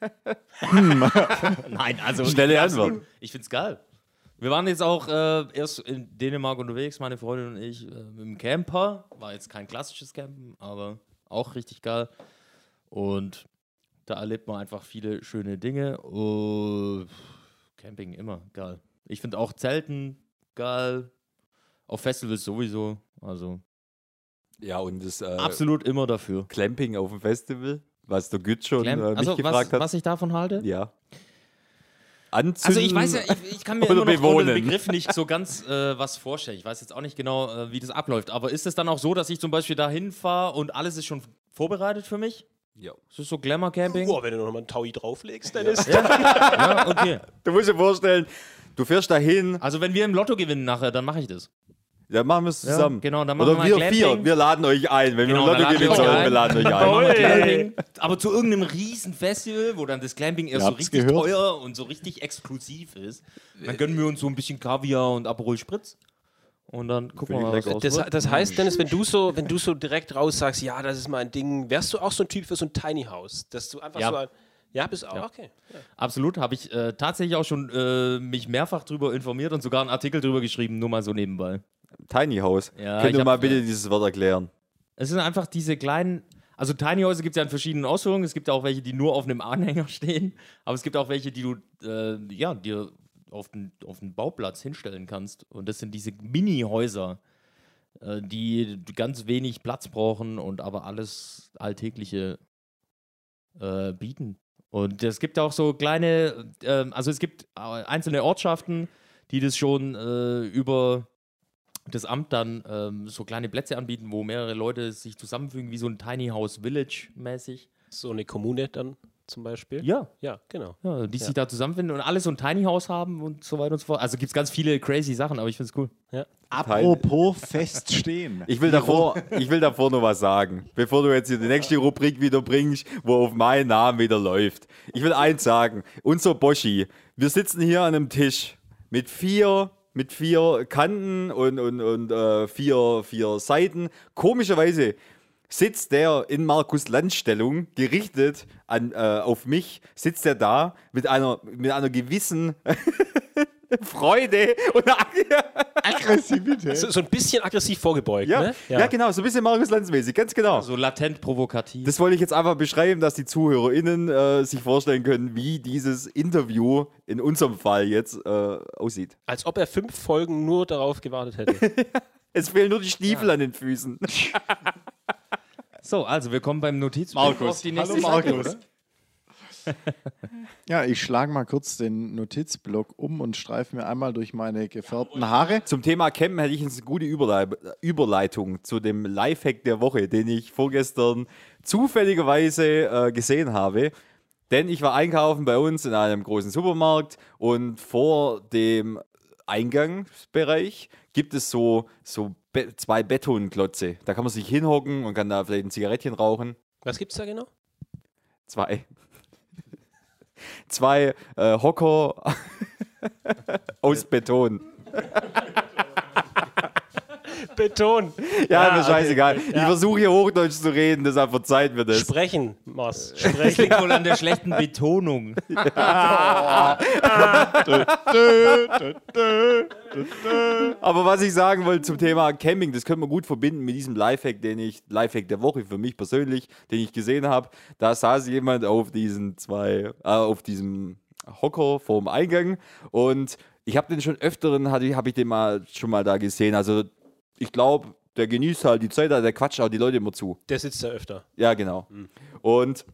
Nein, also. Hm. Schnelle absolut. Antwort. Ich find's geil. Wir waren jetzt auch äh, erst in Dänemark unterwegs, meine Freundin und ich, äh, mit dem Camper. War jetzt kein klassisches Campen, aber auch richtig geil. Und da erlebt man einfach viele schöne Dinge. Uh, Camping immer geil. Ich finde auch Zelten geil. Auf Festivals sowieso. Also Ja, und das äh, absolut immer dafür. Clamping auf dem Festival, was der Gütz schon äh, Glam- mich also, gefragt was, hat. was ich davon halte? ja. Anzünden. Also ich weiß ja, ich, ich kann mir Oder immer noch unter bewohnen. dem Begriff nicht so ganz äh, was vorstellen. Ich weiß jetzt auch nicht genau, äh, wie das abläuft. Aber ist es dann auch so, dass ich zum Beispiel da hinfahre und alles ist schon vorbereitet für mich? Ja. Ist das so Glamour Camping? Boah, wenn du nochmal einen Taui drauflegst, dann ist Ja, okay. Du musst dir vorstellen, du fährst dahin, Also wenn wir im Lotto gewinnen nachher, dann mache ich das. dann machen wir es zusammen. genau, dann machen Oder wir mal wir vier, Clamping. wir laden euch ein. Wenn Genau, wir dann Lotto laden wir gewinnen euch sollen, wir ein. laden euch Dann machen ein. wir Glamping. Aber zu irgendeinem riesen Festival, wo dann das Glamping erst so habt's richtig gehört. teuer und so richtig exklusiv ist. Dann gönnen wir uns so ein bisschen Kaviar und Aperol Spritz. Und dann gucken wir mal, was lecker. raus Das, wird. das heißt, Dennis, wenn du so, wenn du so direkt raus sagst, ja, das ist mein Ding, wärst du auch so ein Typ für so ein Tiny House, dass du einfach Ja. so ein, ja, bist auch okay. Absolut, habe ich äh, tatsächlich auch schon äh, mich mehrfach drüber informiert und sogar einen Artikel drüber geschrieben, nur mal so nebenbei. Tiny House. Ja, Könnt ich ihr mal hab- bitte dieses Wort erklären? Es sind einfach diese kleinen, also Tiny Häuser gibt es ja in verschiedenen Ausführungen. Es gibt auch welche, die nur auf einem Anhänger stehen, aber es gibt auch welche, die du äh, ja, dir auf den, auf den Bauplatz hinstellen kannst. Und das sind diese Mini-Häuser, äh, die ganz wenig Platz brauchen und aber alles Alltägliche äh, bieten. Und es gibt auch so kleine, ähm, also es gibt äh, einzelne Ortschaften, die das schon äh, über das Amt dann ähm, so kleine Plätze anbieten, wo mehrere Leute sich zusammenfügen, wie so ein Tiny House Village mäßig. So eine Kommune dann zum Beispiel. Ja. Ja, genau. ja die Ja. sich da zusammenfinden und alle so ein Tiny House haben und so weiter und so fort. Also gibt es ganz viele crazy Sachen, aber ich finde es cool. Apropos feststehen. Ich will, davor, ich will davor noch was sagen, bevor du jetzt hier die nächste Rubrik wieder bringst, wo auf meinen Namen wieder läuft. Ich will eins sagen, unser Boschi, wir sitzen hier an einem Tisch mit vier, mit vier Kanten und, und, und äh, vier, vier Seiten. Komischerweise sitzt der in Markus Landstellung, gerichtet an, äh, auf mich, sitzt er da mit einer, mit einer gewissen Freude und Aggressivität. Also So, so ein bisschen aggressiv vorgebeugt, ja, ne? ja. genau, so ein bisschen Markus Lanz-mäßig, ganz genau. So latent provokativ. Das wollte ich jetzt einfach beschreiben, dass die ZuhörerInnen äh, sich vorstellen können, wie dieses Interview in unserem Fall jetzt äh, aussieht. Als ob er fünf Folgen nur darauf gewartet hätte. Es fehlen nur die Stiefel an den Füßen. So, also wir kommen beim Notizbuch auf die nächste Hallo Seite, Markus. oder? Ja, ich schlage mal kurz den Notizblock um und streife mir einmal durch meine gefärbten Haare. Zum Thema Campen hätte ich jetzt eine gute Überlei- Überleitung zu dem Lifehack der Woche, den ich vorgestern zufälligerweise äh, gesehen habe. Denn ich war einkaufen bei uns in einem großen Supermarkt und vor dem Eingangsbereich gibt es so, so be zwei Betonklotze. Da kann man sich hinhocken und kann da vielleicht ein Zigarettchen rauchen. Was gibt's da genau? Zwei. Zwei äh, Hocker aus Beton. Beton. Ja, Ja, mir scheißegal. Ich versuche hier Hochdeutsch zu reden, deshalb verzeiht mir das. Sprechen, Mars. Das Sprechen. liegt wohl an der schlechten Betonung. Aber was ich sagen wollte zum Thema Camping, das könnte man gut verbinden mit diesem Lifehack, den ich, Lifehack der Woche für mich persönlich, den ich gesehen habe. Da saß jemand auf diesen zwei, äh, auf diesem Hocker vorm Eingang und ich habe den schon öfteren, hatte ich- habe ich den mal schon mal da gesehen. Also ich glaube, der genießt halt die Zeit, der quatscht auch die Leute immer zu. Der sitzt da öfter. Ja, genau. Und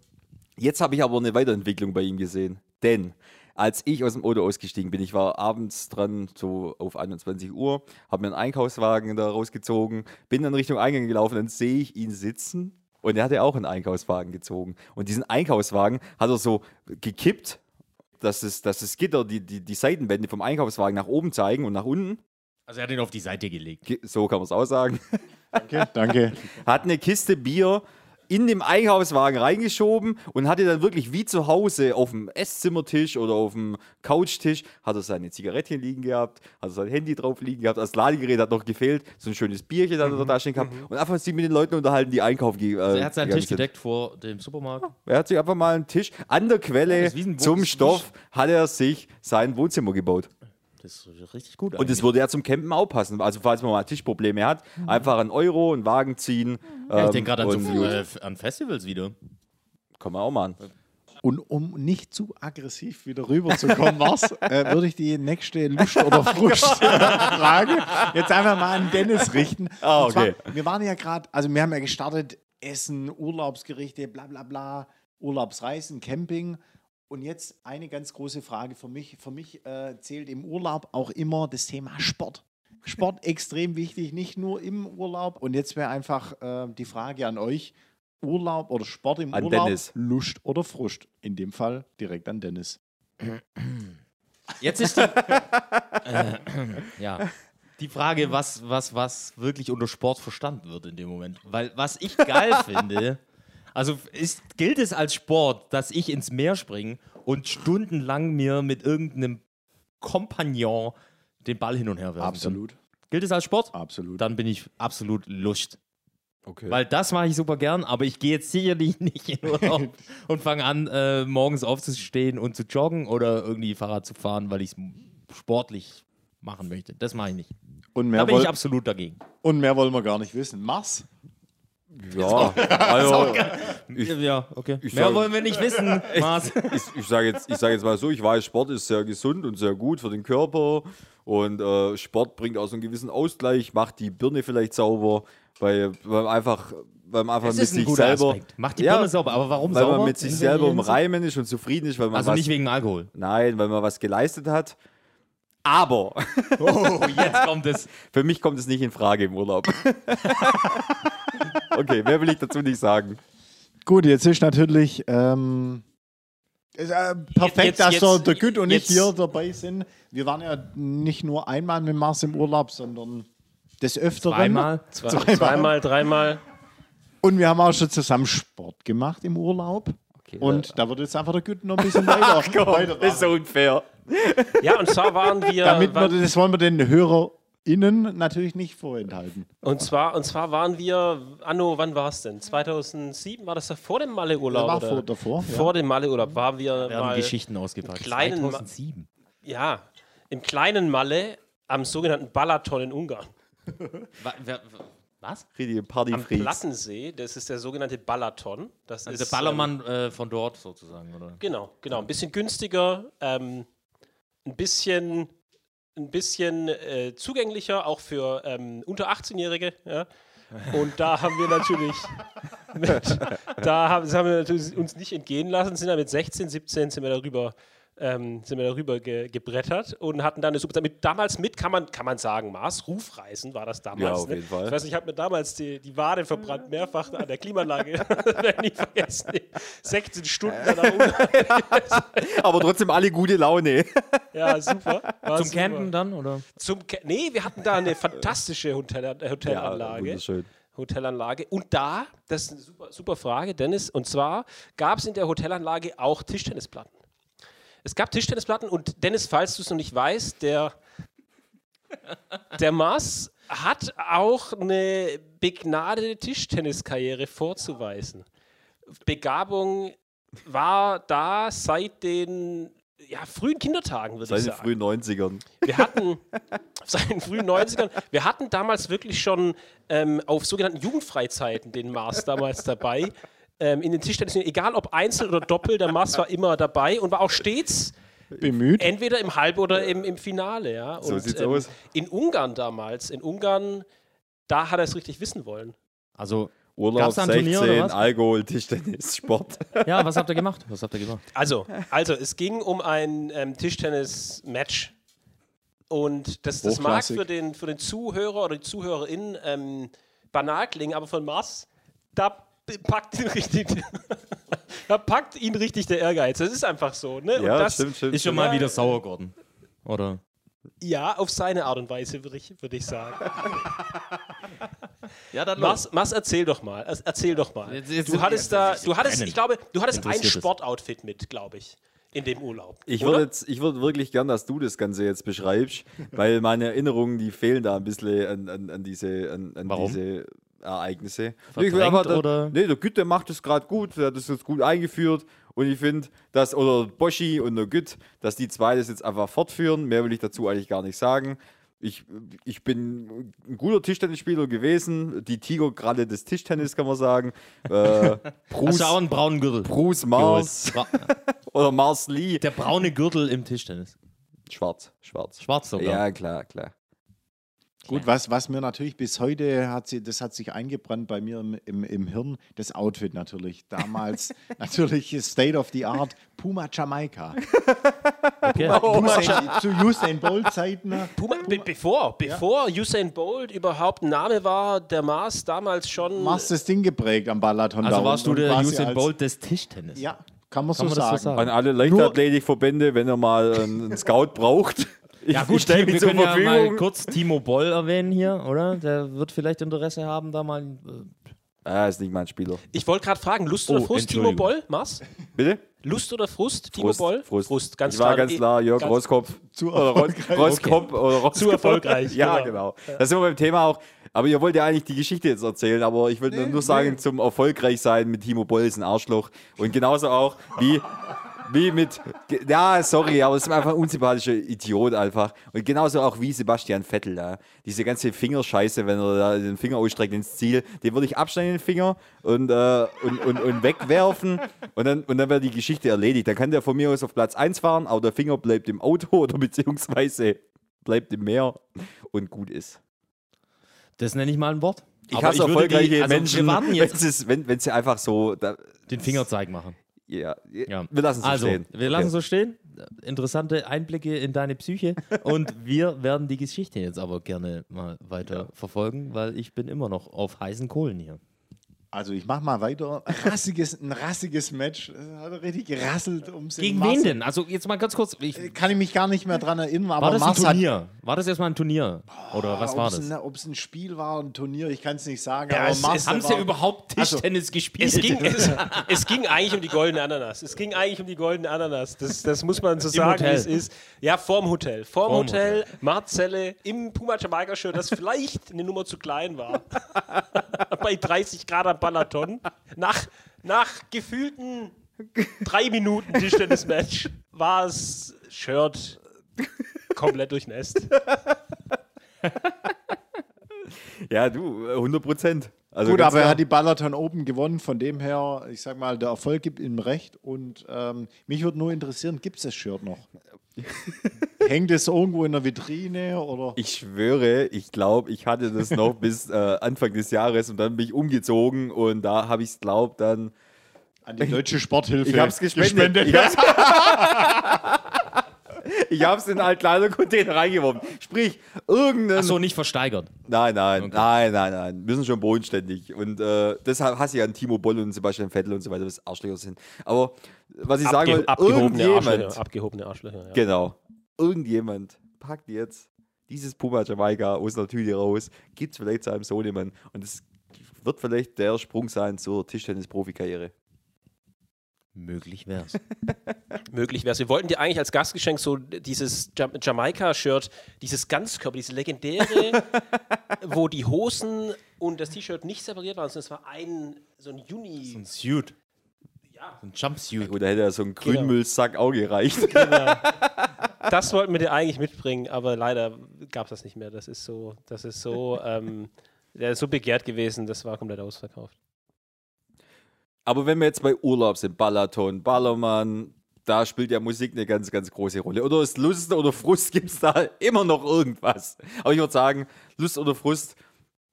jetzt habe ich aber eine Weiterentwicklung bei ihm gesehen. Denn als ich aus dem Auto ausgestiegen bin, ich war abends dran, so auf 21 Uhr, habe mir einen Einkaufswagen da rausgezogen, bin dann Richtung Eingang gelaufen, dann sehe ich ihn sitzen und er hatte auch einen Einkaufswagen gezogen. Und diesen Einkaufswagen hat er so gekippt, dass es, dass das Gitter, die, die, die Seitenwände vom Einkaufswagen nach oben zeigen und nach unten. Also er hat ihn auf die Seite gelegt. Ge- So kann man es auch sagen Okay, danke. hat eine Kiste Bier in dem Einkaufswagen reingeschoben und hatte dann wirklich wie zu Hause auf dem Esszimmertisch oder auf dem Couchtisch, hat er seine Zigarettchen liegen gehabt, hat er sein Handy drauf liegen gehabt, das Ladegerät hat noch gefehlt, so ein schönes Bierchen hat er da stehen gehabt und einfach sich mit den Leuten unterhalten, die einkaufen ge- äh, Mhm. Also Er hat seinen gegangen Tisch sind. gedeckt vor dem Supermarkt. Er hat sich einfach mal einen Tisch an der Ja, Quelle das ist wie ein Wo- zum das ist Stoff, hat er sich sein Wohnzimmer gebaut. Das ist richtig gut. Und das würde ja zum Campen auch passen. Also falls man mal Tischprobleme hat, einfach einen Euro, einen Wagen ziehen. Mhm. ja, ich ähm, denke gerade an, und so, äh, an Festivals wieder. Kann man auch machen. Und um nicht zu aggressiv wieder rüberzukommen, Mars, äh, würde ich die nächste Lust- Oh oder Frust-Frage jetzt einfach mal an Dennis richten. Ah, Und zwar, okay. wir waren ja gerade, also wir haben ja gestartet, Essen, Urlaubsgerichte, bla bla bla, Urlaubsreisen, Camping. Und jetzt eine ganz große Frage für mich. Für mich äh, zählt im Urlaub auch immer das Thema Sport. Sport extrem wichtig, nicht nur im Urlaub. Und jetzt wäre einfach äh, die Frage an euch. Urlaub oder Sport im An Urlaub, Dennis. Lust oder Frust. In dem Fall direkt an Dennis. Jetzt ist die, äh, ja, die Frage, was, was, was wirklich unter Sport verstanden wird in dem Moment. Weil was ich geil finde, also ist, gilt es als Sport, dass ich ins Meer springe und stundenlang mir mit irgendeinem Kompagnon den Ball hin und her werfen kann. Gilt es als Sport? absolut. Dann bin ich absolut Lust. Okay. Weil das mache ich super gern, aber ich gehe jetzt sicherlich nicht in Urlaub und fange an, äh, morgens aufzustehen und zu joggen oder irgendwie Fahrrad zu fahren, weil ich es sportlich machen möchte. Das mache ich nicht. Und Da mehr, bin woll ich absolut dagegen. und mehr wollen wir gar nicht wissen. Mars? Ja, also ja, okay. ich Mehr sag- wollen wir nicht wissen, Mars. ich, ich sage jetzt, ich sag jetzt mal so, ich weiß, Sport ist sehr gesund und sehr gut für den Körper und äh, Sport bringt auch so einen gewissen Ausgleich, macht die Birne vielleicht sauber, weil weil man einfach, weil man einfach Das mit ist ein sich guter selber, Aspekt. Macht die Ja, Birne sauber, aber warum weil sauber? man mit sich In selber im Hinsicht? Reimen ist und zufrieden ist, weil man Also was, nicht wegen Alkohol. nein, weil man was geleistet hat. Aber Oh, jetzt kommt es. für mich kommt es nicht in Frage im Urlaub. okay, mehr will ich dazu nicht sagen. Gut, jetzt ist natürlich ähm, ist, äh, perfekt, Jetzt- dass jetzt- so der Güt und jetzt- ich hier dabei sind. Wir waren ja nicht nur einmal mit Mars im Urlaub, sondern des Öfteren. Zweimal. Zweimal, Zweimal dreimal. Und wir haben auch schon zusammen Sport gemacht im Urlaub. und da wird jetzt einfach der Güt noch ein bisschen weiter. weiter Das ist so unfair. Ja, und zwar waren wir. Damit wir, waren, das wollen wir den HörerInnen natürlich nicht vorenthalten. und, zwar, und zwar waren wir, Anno, wann war es denn? 2007 war das da vor dem Das Malle-Urlaub? war oder? vor, davor. Vor dem Malle-Urlaub waren wir Wir haben mal. Geschichten ausgepackt. kleinen Ma- 2007. Ja, im kleinen Malle am sogenannten Balaton in Ungarn. Wa- wer- w- Was? Richtige Am Partyfreaks. Plattensee, das ist der sogenannte Balaton. Das Also ist der Ballermann äh, von dort sozusagen, oder? Ähm, genau, genau. Ein bisschen günstiger, ähm, ein bisschen, ein bisschen äh, zugänglicher, auch für ähm, unter 18-Jährige. Ja? Und da haben wir natürlich, mit, da haben, das haben wir natürlich uns nicht entgehen lassen, sind da mit 16, 17 sind wir darüber. Ähm, sind wir darüber ge gebrettert und hatten dann eine super Zeit. Mit, damals mit, kann man, kann man sagen, Mars, Rufreisen war das damals. Ja, auf ne? jeden Fall. Ich weiß nicht, ich habe mir damals die, die Wade verbrannt, mehrfach an der Klimaanlage. Werd ich nie vergessen. 16 Stunden Äh. dann am Ungarn. Aber trotzdem alle gute Laune. Ja, super. War Zum super. Campen dann, oder? Zum Ca nee, wir hatten da eine fantastische Hotel äh, Hotelanlage. Ah, wunderschön. Hotelanlage. Und da, das ist eine super, super Frage, Dennis, und zwar gab es in der Hotelanlage auch Tischtennisplatten. Es gab Tischtennisplatten und Dennis, falls du es noch nicht weißt, der, der Mars hat auch eine begnadete Tischtenniskarriere vorzuweisen. Begabung war da seit den ja, frühen Kindertagen, würde ich Seit den sagen. frühen 90ern. Wir hatten seit den frühen 90ern, wir hatten damals wirklich schon ähm, auf sogenannten Jugendfreizeiten den Mars damals dabei. Ähm, in den Tischtennis, egal ob Einzel oder Doppel, der Mars war immer dabei und war auch stets Bemüht. entweder im Halb- oder im, im Finale. Ja. Und, So ähm, sieht's aus. In Ungarn damals, in Ungarn, da hat er es richtig wissen wollen. Also, Urlaub Gab's da ein Turnier 16, oder was? Alkohol, Tischtennis, Sport. ja, was habt ihr gemacht? Was habt ihr gemacht? Also, also es ging um ein ähm, Tischtennis-Match. Und das, das mag Hochklassig. für den, für den Zuhörer oder die Zuhörerin ähm, banal klingen, aber von Mars, da p- packt ihn richtig, da packt ihn richtig der Ehrgeiz. Das ist einfach so. Ne? Und das, stimmt. Ist schon mal wieder sauer geworden. Oder? Ja, auf seine Art und Weise, würde ich, würd ich sagen. Ja, dann Mars, Mars, erzähl doch mal. Er- Erzähl doch mal. Jetzt- jetzt- du hattest jetzt- da, jetzt- du hattest, brennen. ich glaube, du hattest ein Interessiert es. Sportoutfit mit, glaube ich, in dem Urlaub. Ich oder? würde jetzt- ich würde wirklich gern, dass du das Ganze jetzt beschreibst, weil meine Erinnerungen, die fehlen da ein bisschen an, an, an diese, an, an Warum? diese Ereignisse. Verdrängt der, oder? Nee, der Gütte macht es gerade gut, der hat das jetzt gut eingeführt und ich finde, dass, oder Boschi und der Güt, dass die zwei das jetzt einfach fortführen, mehr will ich dazu eigentlich gar nicht sagen. Ich, ich bin ein guter Tischtennisspieler gewesen, die Tiger gerade des Tischtennis, kann man sagen. Äh, Bruce, Hast du auch einen braunen Gürtel? Bruce Mars Bra oder Mars Lee. der braune Gürtel im Tischtennis. Schwarz, schwarz. Schwarz sogar. Ja, klar, klar. Gut, was, was mir natürlich bis heute hat, sie- das hat sich eingebrannt bei mir im, im, im Hirn, das Outfit natürlich. Damals natürlich State of the Art, Puma Jamaika. Okay. Usain, zu Usain Bolt Zeiten. ne? Puma, be bevor, bevor Usain Bolt überhaupt ein Name war, der Mars damals schon. Machst das Ding geprägt am Ballathon. da Also warst du unten der quasi Usain als- Bolt des Tischtennis. Ja, kann man so man das sagen. so sagen? An alle Leichtathletikverbände, wenn ihr mal einen Scout braucht. Ich, Ja ich gut, stell wir mich können zur ja mal Verfügung. kurz Timo Boll erwähnen hier, oder? Der wird vielleicht Interesse haben, da mal... Äh, ah, ist nicht mein Spieler. Ich wollte gerade fragen, Lust oder Oh, Frust, Timo Entschuldigung. Boll, Mars? Bitte? Lust oder Frust, Timo Frust, Boll? Frust. ganz ich war klar. ganz Eh, klar, Jörg ganz- Roskopf. Zu Oder Ros erfolgreich. Roskopf oder Roskopf. Zu erfolgreich, ja, genau. genau. Das sind wir beim Thema auch. Aber ihr wollt ja eigentlich die Geschichte jetzt erzählen, aber ich will nur sagen, zum erfolgreich sein mit Timo Boll ist ein Arschloch. Und genauso auch wie, wie mit. ge- Ja, sorry, aber es ist einfach ein unsympathischer Idiot einfach. Und genauso auch wie Sebastian Vettel da. Diese ganze Fingerscheiße, wenn er da den Finger ausstreckt ins Ziel, den würde ich abschneiden, den Finger, und, äh, und, und, und wegwerfen. Und dann, und dann wäre die Geschichte erledigt. Dann kann der von mir aus auf Platz 1 fahren, aber der Finger bleibt im Auto oder beziehungsweise bleibt im Meer und gut ist. das nenne ich mal ein Wort. Ich Aber hasse würde erfolgreiche die- also Menschen, Wir warten wenn, jetzt sie, es- wenn, wenn sie einfach so. Da, den Fingerzeig machen. ja, Ja. Wir lassen es so also, stehen. Wir lassen okay. so stehen. Interessante Einblicke in deine Psyche. Und wir werden die Geschichte jetzt aber gerne mal weiter verfolgen, weil ich bin immer noch auf heißen Kohlen hier. Also ich mach mal weiter. Rassiges, ein rassiges Match. Das hat er richtig gerasselt ums Gegen wen denn? Also jetzt mal ganz kurz. Ich, Kann ich mich gar nicht mehr dran erinnern, aber war das ein Mars hat- Turnier? War das erstmal ein Turnier? Oder was war Ob es das? ein, ob's ein Spiel war, ein Turnier, ich kann es nicht sagen. Ja, aber es- Mars es- haben's war- Also, ja überhaupt Tischtennis gespielt? Es ging, es, es ging eigentlich um die goldene Ananas. Es ging eigentlich um die goldene Ananas. Das, das muss man so sagen, wie Hotel. es ist. Ja, vorm Hotel. Vorm Vorm Hotel, Marzelle im Puma Jamaika Shirt, das vielleicht eine Nummer zu klein war. Bei 30 Grad am Balaton. Nach, nach gefühlten drei Minuten Tischtennis-Match war es Shirt komplett durchnässt. Ja, du, 100 Prozent. Also Gut, ganz aber er klar. hat die Ballaton Open gewonnen, von dem her, ich sag mal, der Erfolg gibt ihm recht und ähm, mich würde nur interessieren, gibt es das Shirt noch? Hängt es irgendwo in der Vitrine oder? Ich schwöre, ich glaube, ich hatte das noch bis äh, Anfang des Jahres und dann bin ich umgezogen und da habe ich es, glaube dann. An die deutsche Sporthilfe. Ich hab's gespendet. Ich hab's, ich hab's in einen Altkleidercontainer reingeworfen. Sprich, irgendein. Ach so, nicht versteigert. Nein, nein, nein, nein, nein. Wir sind schon bodenständig. Und äh, deshalb hasse ich an Timo Boll und Sebastian Vettel und so weiter, was Arschlöcher sind. Aber was ich sagen Abge wollte, abgehobene irgendjemand, Arschlöcher. Abgehobene Arschlöcher. Ja. genau, irgendjemand packt jetzt dieses Puma Jamaika aus der Tüte raus, gibt es vielleicht seinem Sohnemann. Und es wird vielleicht der Sprung sein zur Tischtennis-Profikarriere. Möglich wär's. möglich wäre. Wir wollten dir eigentlich als Gastgeschenk so dieses Ja- Jamaika-Shirt, dieses Ganzkörper, dieses legendäre, wo die Hosen und das T-Shirt nicht separiert waren, sondern es war ein so ein Uni. Suit. Ja. Ein Jumpsuit. Gut, da hätte ja so ein Genau. Grünmüllsack auch gereicht. Das wollten wir dir eigentlich mitbringen, aber leider gab es das nicht mehr. Das ist so, das ist so, ähm, der ist so begehrt gewesen, das war komplett ausverkauft. Aber wenn wir jetzt bei Urlaub sind, Balaton, Ballermann, da spielt ja Musik eine ganz, ganz große Rolle. Oder ist Lust oder Frust, gibt es da immer noch irgendwas. Aber ich würde sagen, Lust oder Frust,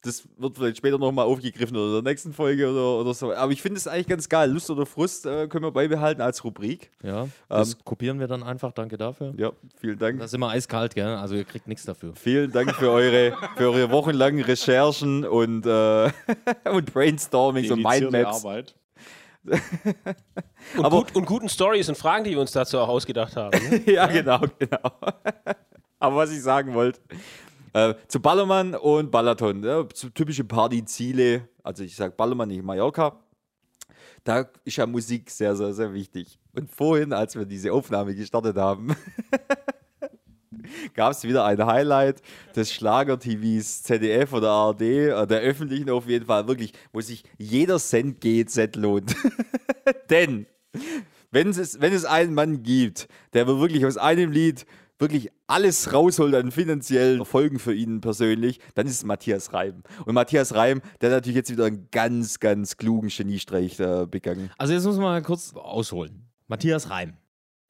das wird vielleicht später nochmal aufgegriffen oder in der nächsten Folge oder, oder so. Aber ich finde es eigentlich ganz geil. Lust oder Frust äh, können wir beibehalten als Rubrik. Ja, das kopieren wir dann einfach. Danke dafür. Ja, vielen Dank. Das ist immer eiskalt, gell? Also ihr kriegt nichts dafür. Vielen Dank für eure, für eure wochenlangen Recherchen und, äh, und Brainstormings und Dedizierte Mindmaps. Arbeit. Und, Aber- gut, und guten Stories und Fragen, die wir uns dazu auch ausgedacht haben. ne? ja, genau, genau. Aber was ich sagen wollte, äh, zu Ballermann und Balaton, ja, so typische Partyziele, also ich sage Ballermann, nicht Mallorca, da ist ja Musik sehr, sehr, sehr wichtig. Und vorhin, als wir diese Aufnahme gestartet haben, gab es wieder ein Highlight des Schlager-TVs ZDF oder ARD, äh, der öffentlichen auf jeden Fall, wirklich, wo sich jeder Cent GZ lohnt. Denn wenn es, wenn es einen Mann gibt, der wirklich aus einem Lied wirklich alles rausholt an finanziellen Folgen für ihn persönlich, dann ist es Matthias Reim. Und Matthias Reim, der hat natürlich jetzt wieder einen ganz, ganz klugen Geniestreich äh, begangen. Also jetzt muss man mal kurz ausholen. Matthias Reim.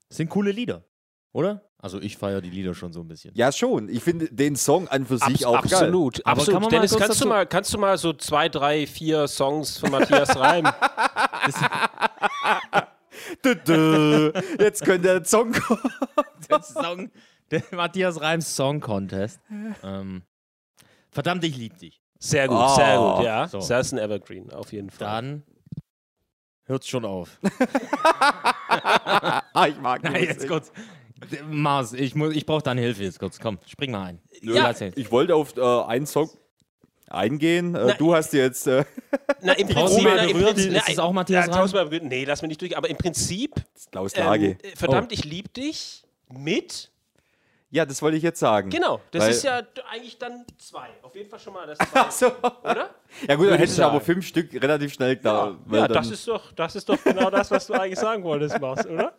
Das sind coole Lieder, oder? Also ich feiere die Lieder schon so ein bisschen. Ja, schon. Ich finde den Song an für sich auch geil. absolut, Aber absolut. kann man mal Dennis, kurz kannst du, dazu- mal, kannst du mal so zwei, drei, vier Songs von Matthias Reim Absolut. Jetzt könnte der Song kommen. Der Song, der Matthias Reims Song Contest. Ähm, verdammt, ich lieb dich. Sehr gut, Oh, sehr gut, ja. so. Das ist ein Evergreen, auf jeden Fall. Dann hört's schon auf. Ah, ich mag die jetzt Musik. kurz. Mars, ich, muss- ich brauche deine Hilfe jetzt kurz. Komm, spring mal ein. Ja. Ich wollte auf äh, einen Song eingehen. Äh, Nein. du hast jetzt... Äh, Na, im Tausend Prinzip, Mal na, im berührt, Prinzip, ist na, es auch Matthias ja, Reim? tausendmal berührt. Nee, lass mich nicht durch. Aber im Prinzip, Klaus Lage. ähm, äh, Oh. verdammt, ich lieb dich mit. ja, das wollte ich jetzt sagen. Genau, das Weil- ist ja d- eigentlich dann zwei. Auf jeden Fall schon mal das zwei, So. oder? Ja gut, dann Würde ich hätte ich aber sagen. fünf Stück relativ schnell da. weil ja, dann das ist doch, das ist doch genau das, was du eigentlich sagen wolltest, Mars, oder?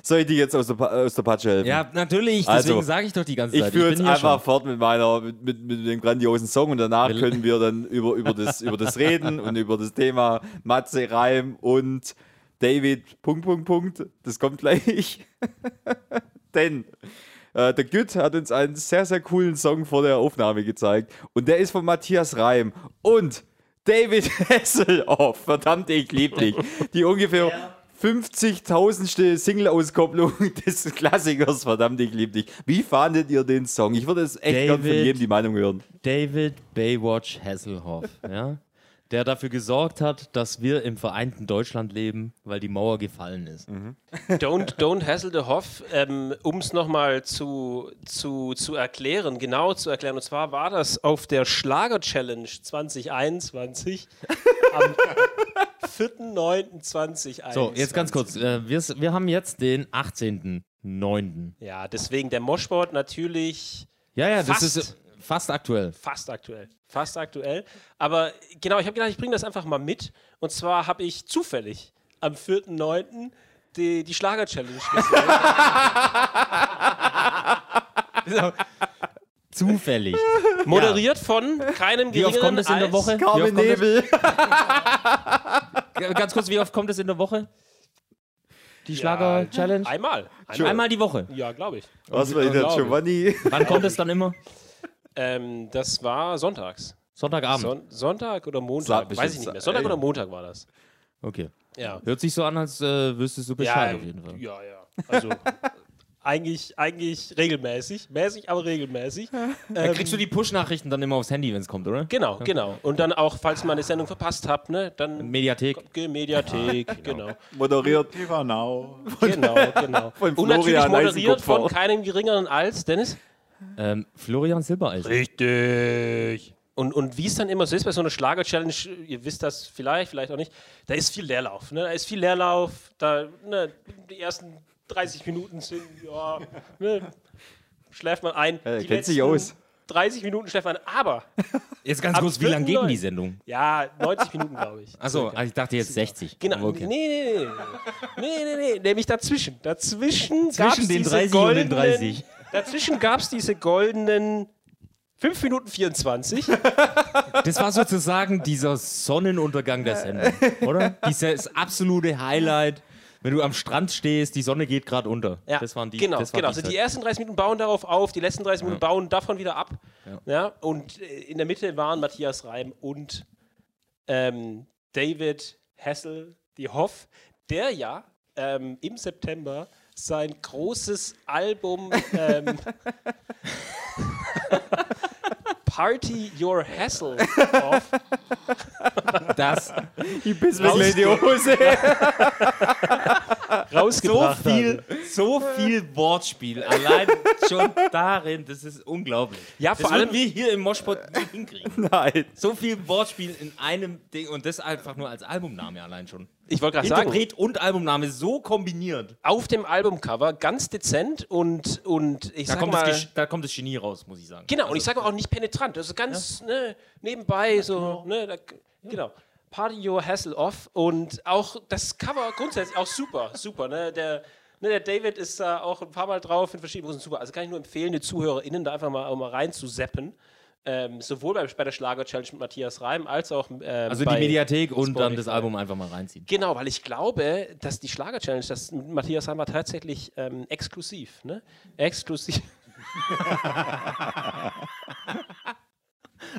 soll ich dir jetzt aus der, Pa- aus der Patsche helfen? Ja, natürlich, Also, deswegen sage ich doch die ganze Ich Zeit. führe bin jetzt hier einfach fort mit meiner, mit, mit, mit dem grandiosen Song und danach können wir dann über, über, das, über das reden und über das Thema Matze, Reim und David, Punkt, Punkt, Punkt. Das kommt gleich. Denn äh, der Güt hat uns einen sehr, sehr coolen Song vor der Aufnahme gezeigt und der ist von Matthias Reim und David Hasselhoff. Verdammt, ich lieb dich. Die ungefähr... 50.000ste Single-Auskopplung des Klassikers, verdammt, ich lieb dich. Wie fandet ihr den Song? Ich würde es echt gern von David. jedem die Meinung hören. David Baywatch Hasselhoff, ja, der dafür gesorgt hat, dass wir im vereinten Deutschland leben, weil die Mauer gefallen ist. Mhm. Don't, don't hassle the Hoff, ähm, um es nochmal zu, zu, zu erklären, genau zu erklären. Und zwar war das auf der Schlager-Challenge 2021 am 4.9.2021. So, jetzt ganz kurz. Äh, wir, s- wir haben jetzt den 18.09. Ja, deswegen der Moshport natürlich Ja, ja, das Fast. ist äh, fast aktuell. fast aktuell. Fast aktuell. Aber genau, ich habe gedacht, ich bringe das einfach mal mit. Und zwar habe ich zufällig am 4.9. die, die Schlager-Challenge gesehen. So. Zufällig. Moderiert von keinem Wie oft geringeren kommt es in der als- Woche? Wie oft Carmen kommt es- Nebel. Ja, Ganz kurz, wie oft kommt es in der Woche? Die Schlager-Challenge? Einmal. Einmal. Einmal die Woche. Ja, glaube ich. Was war denn der Unglaublich. Giovanni? Wann kommt es dann immer? Ähm, das war sonntags. Sonntagabend. Son Sonntag oder Sag Montag? bestimmt Weiß ich nicht mehr. Sonntag Sa- oder Montag war das. okay. Ja. Hört sich so an, als äh, wüsstest du Bescheid auf jeden Fall. Ja, ja. Also eigentlich, eigentlich regelmäßig. Mäßig, aber regelmäßig. Ähm, Da kriegst du die Push-Nachrichten dann immer aufs Handy, wenn es kommt, oder? Genau, genau. Und dann auch, falls man eine Sendung verpasst habt, ne, dann Mediathek. Ge- Mediathek, genau. Moderiert. Genau. Genau, genau. Von Und natürlich Florian moderiert von Eisenkopf. keinem geringeren als Dennis. Ähm, Florian Silbereisen. Richtig. Und, und wie es dann immer so ist bei so einer Schlager-Challenge, ihr wisst das vielleicht, vielleicht auch nicht, da ist viel Leerlauf. Ne? Da ist viel Leerlauf, da ne, die ersten 30 Minuten sind, ja, ne, schläft man ein. der die kennt sich letzten aus. 30 Minuten schläft man ein, aber, Jetzt ganz Ab kurz, wie lang geht denn die Viertel- Sendung? ja, 90 Minuten, glaube ich. Achso, ich dachte jetzt 60. Genau. Ah, Aber Okay. Nee, nee, nee, nee. Nee, nee, nee. Nämlich dazwischen. Dazwischen Zwischen gab's den diese 30 und den goldenen, 30. Dazwischen gab es diese goldenen 5 Minuten 24. Das war sozusagen dieser Sonnenuntergang Äh. der Sendung, oder? Dieses absolute Highlight, wenn du am Strand stehst, die Sonne geht gerade unter. Ja, Das waren die. Genau, das war genau. die also die Zeit. ersten 30 Minuten bauen darauf auf, die letzten 30 Minuten bauen davon wieder ab. Ja. und äh, in der Mitte waren Matthias Reim und ähm, David Hessel, die Hoff, der ja ähm, im September sein großes Album ähm, Party Your Hassle Off das Ich biss mir gleich in die Hose. so rausgebracht viel, hat. so viel Wortspiel allein schon darin, das ist unglaublich. Ja, das vor würden allem- wir hier im Moshpot nie hinkriegen. Nein. So viel Wortspiel in einem Ding und das einfach nur als Albumname allein schon. Ich wollte gerade sagen, Interpret und Albumname so kombiniert. auf dem Albumcover ganz dezent und, und ich Da sag kommt, mal... das, Gesch- da kommt das Genie raus, muss ich sagen. Genau, und ich sage auch nicht penetrant, also ganz ne, nebenbei so, ne, da, genau. Party your hassle off und auch das Cover grundsätzlich auch super, super, ne, der, ne, der David ist da auch ein paar Mal drauf in verschiedenen Hosen, super, also kann ich nur empfehlen, den ZuhörerInnen da einfach mal, auch mal reinzuseppen, ähm, sowohl bei, bei der Schlager-Challenge mit Matthias Reim, als auch ähm, Also bei, die Mediathek und dann das Spotify. Album einfach mal reinziehen. Genau, weil ich glaube, dass die Schlager-Challenge, das mit Matthias Reim war tatsächlich ähm, exklusiv, ne, exklusiv.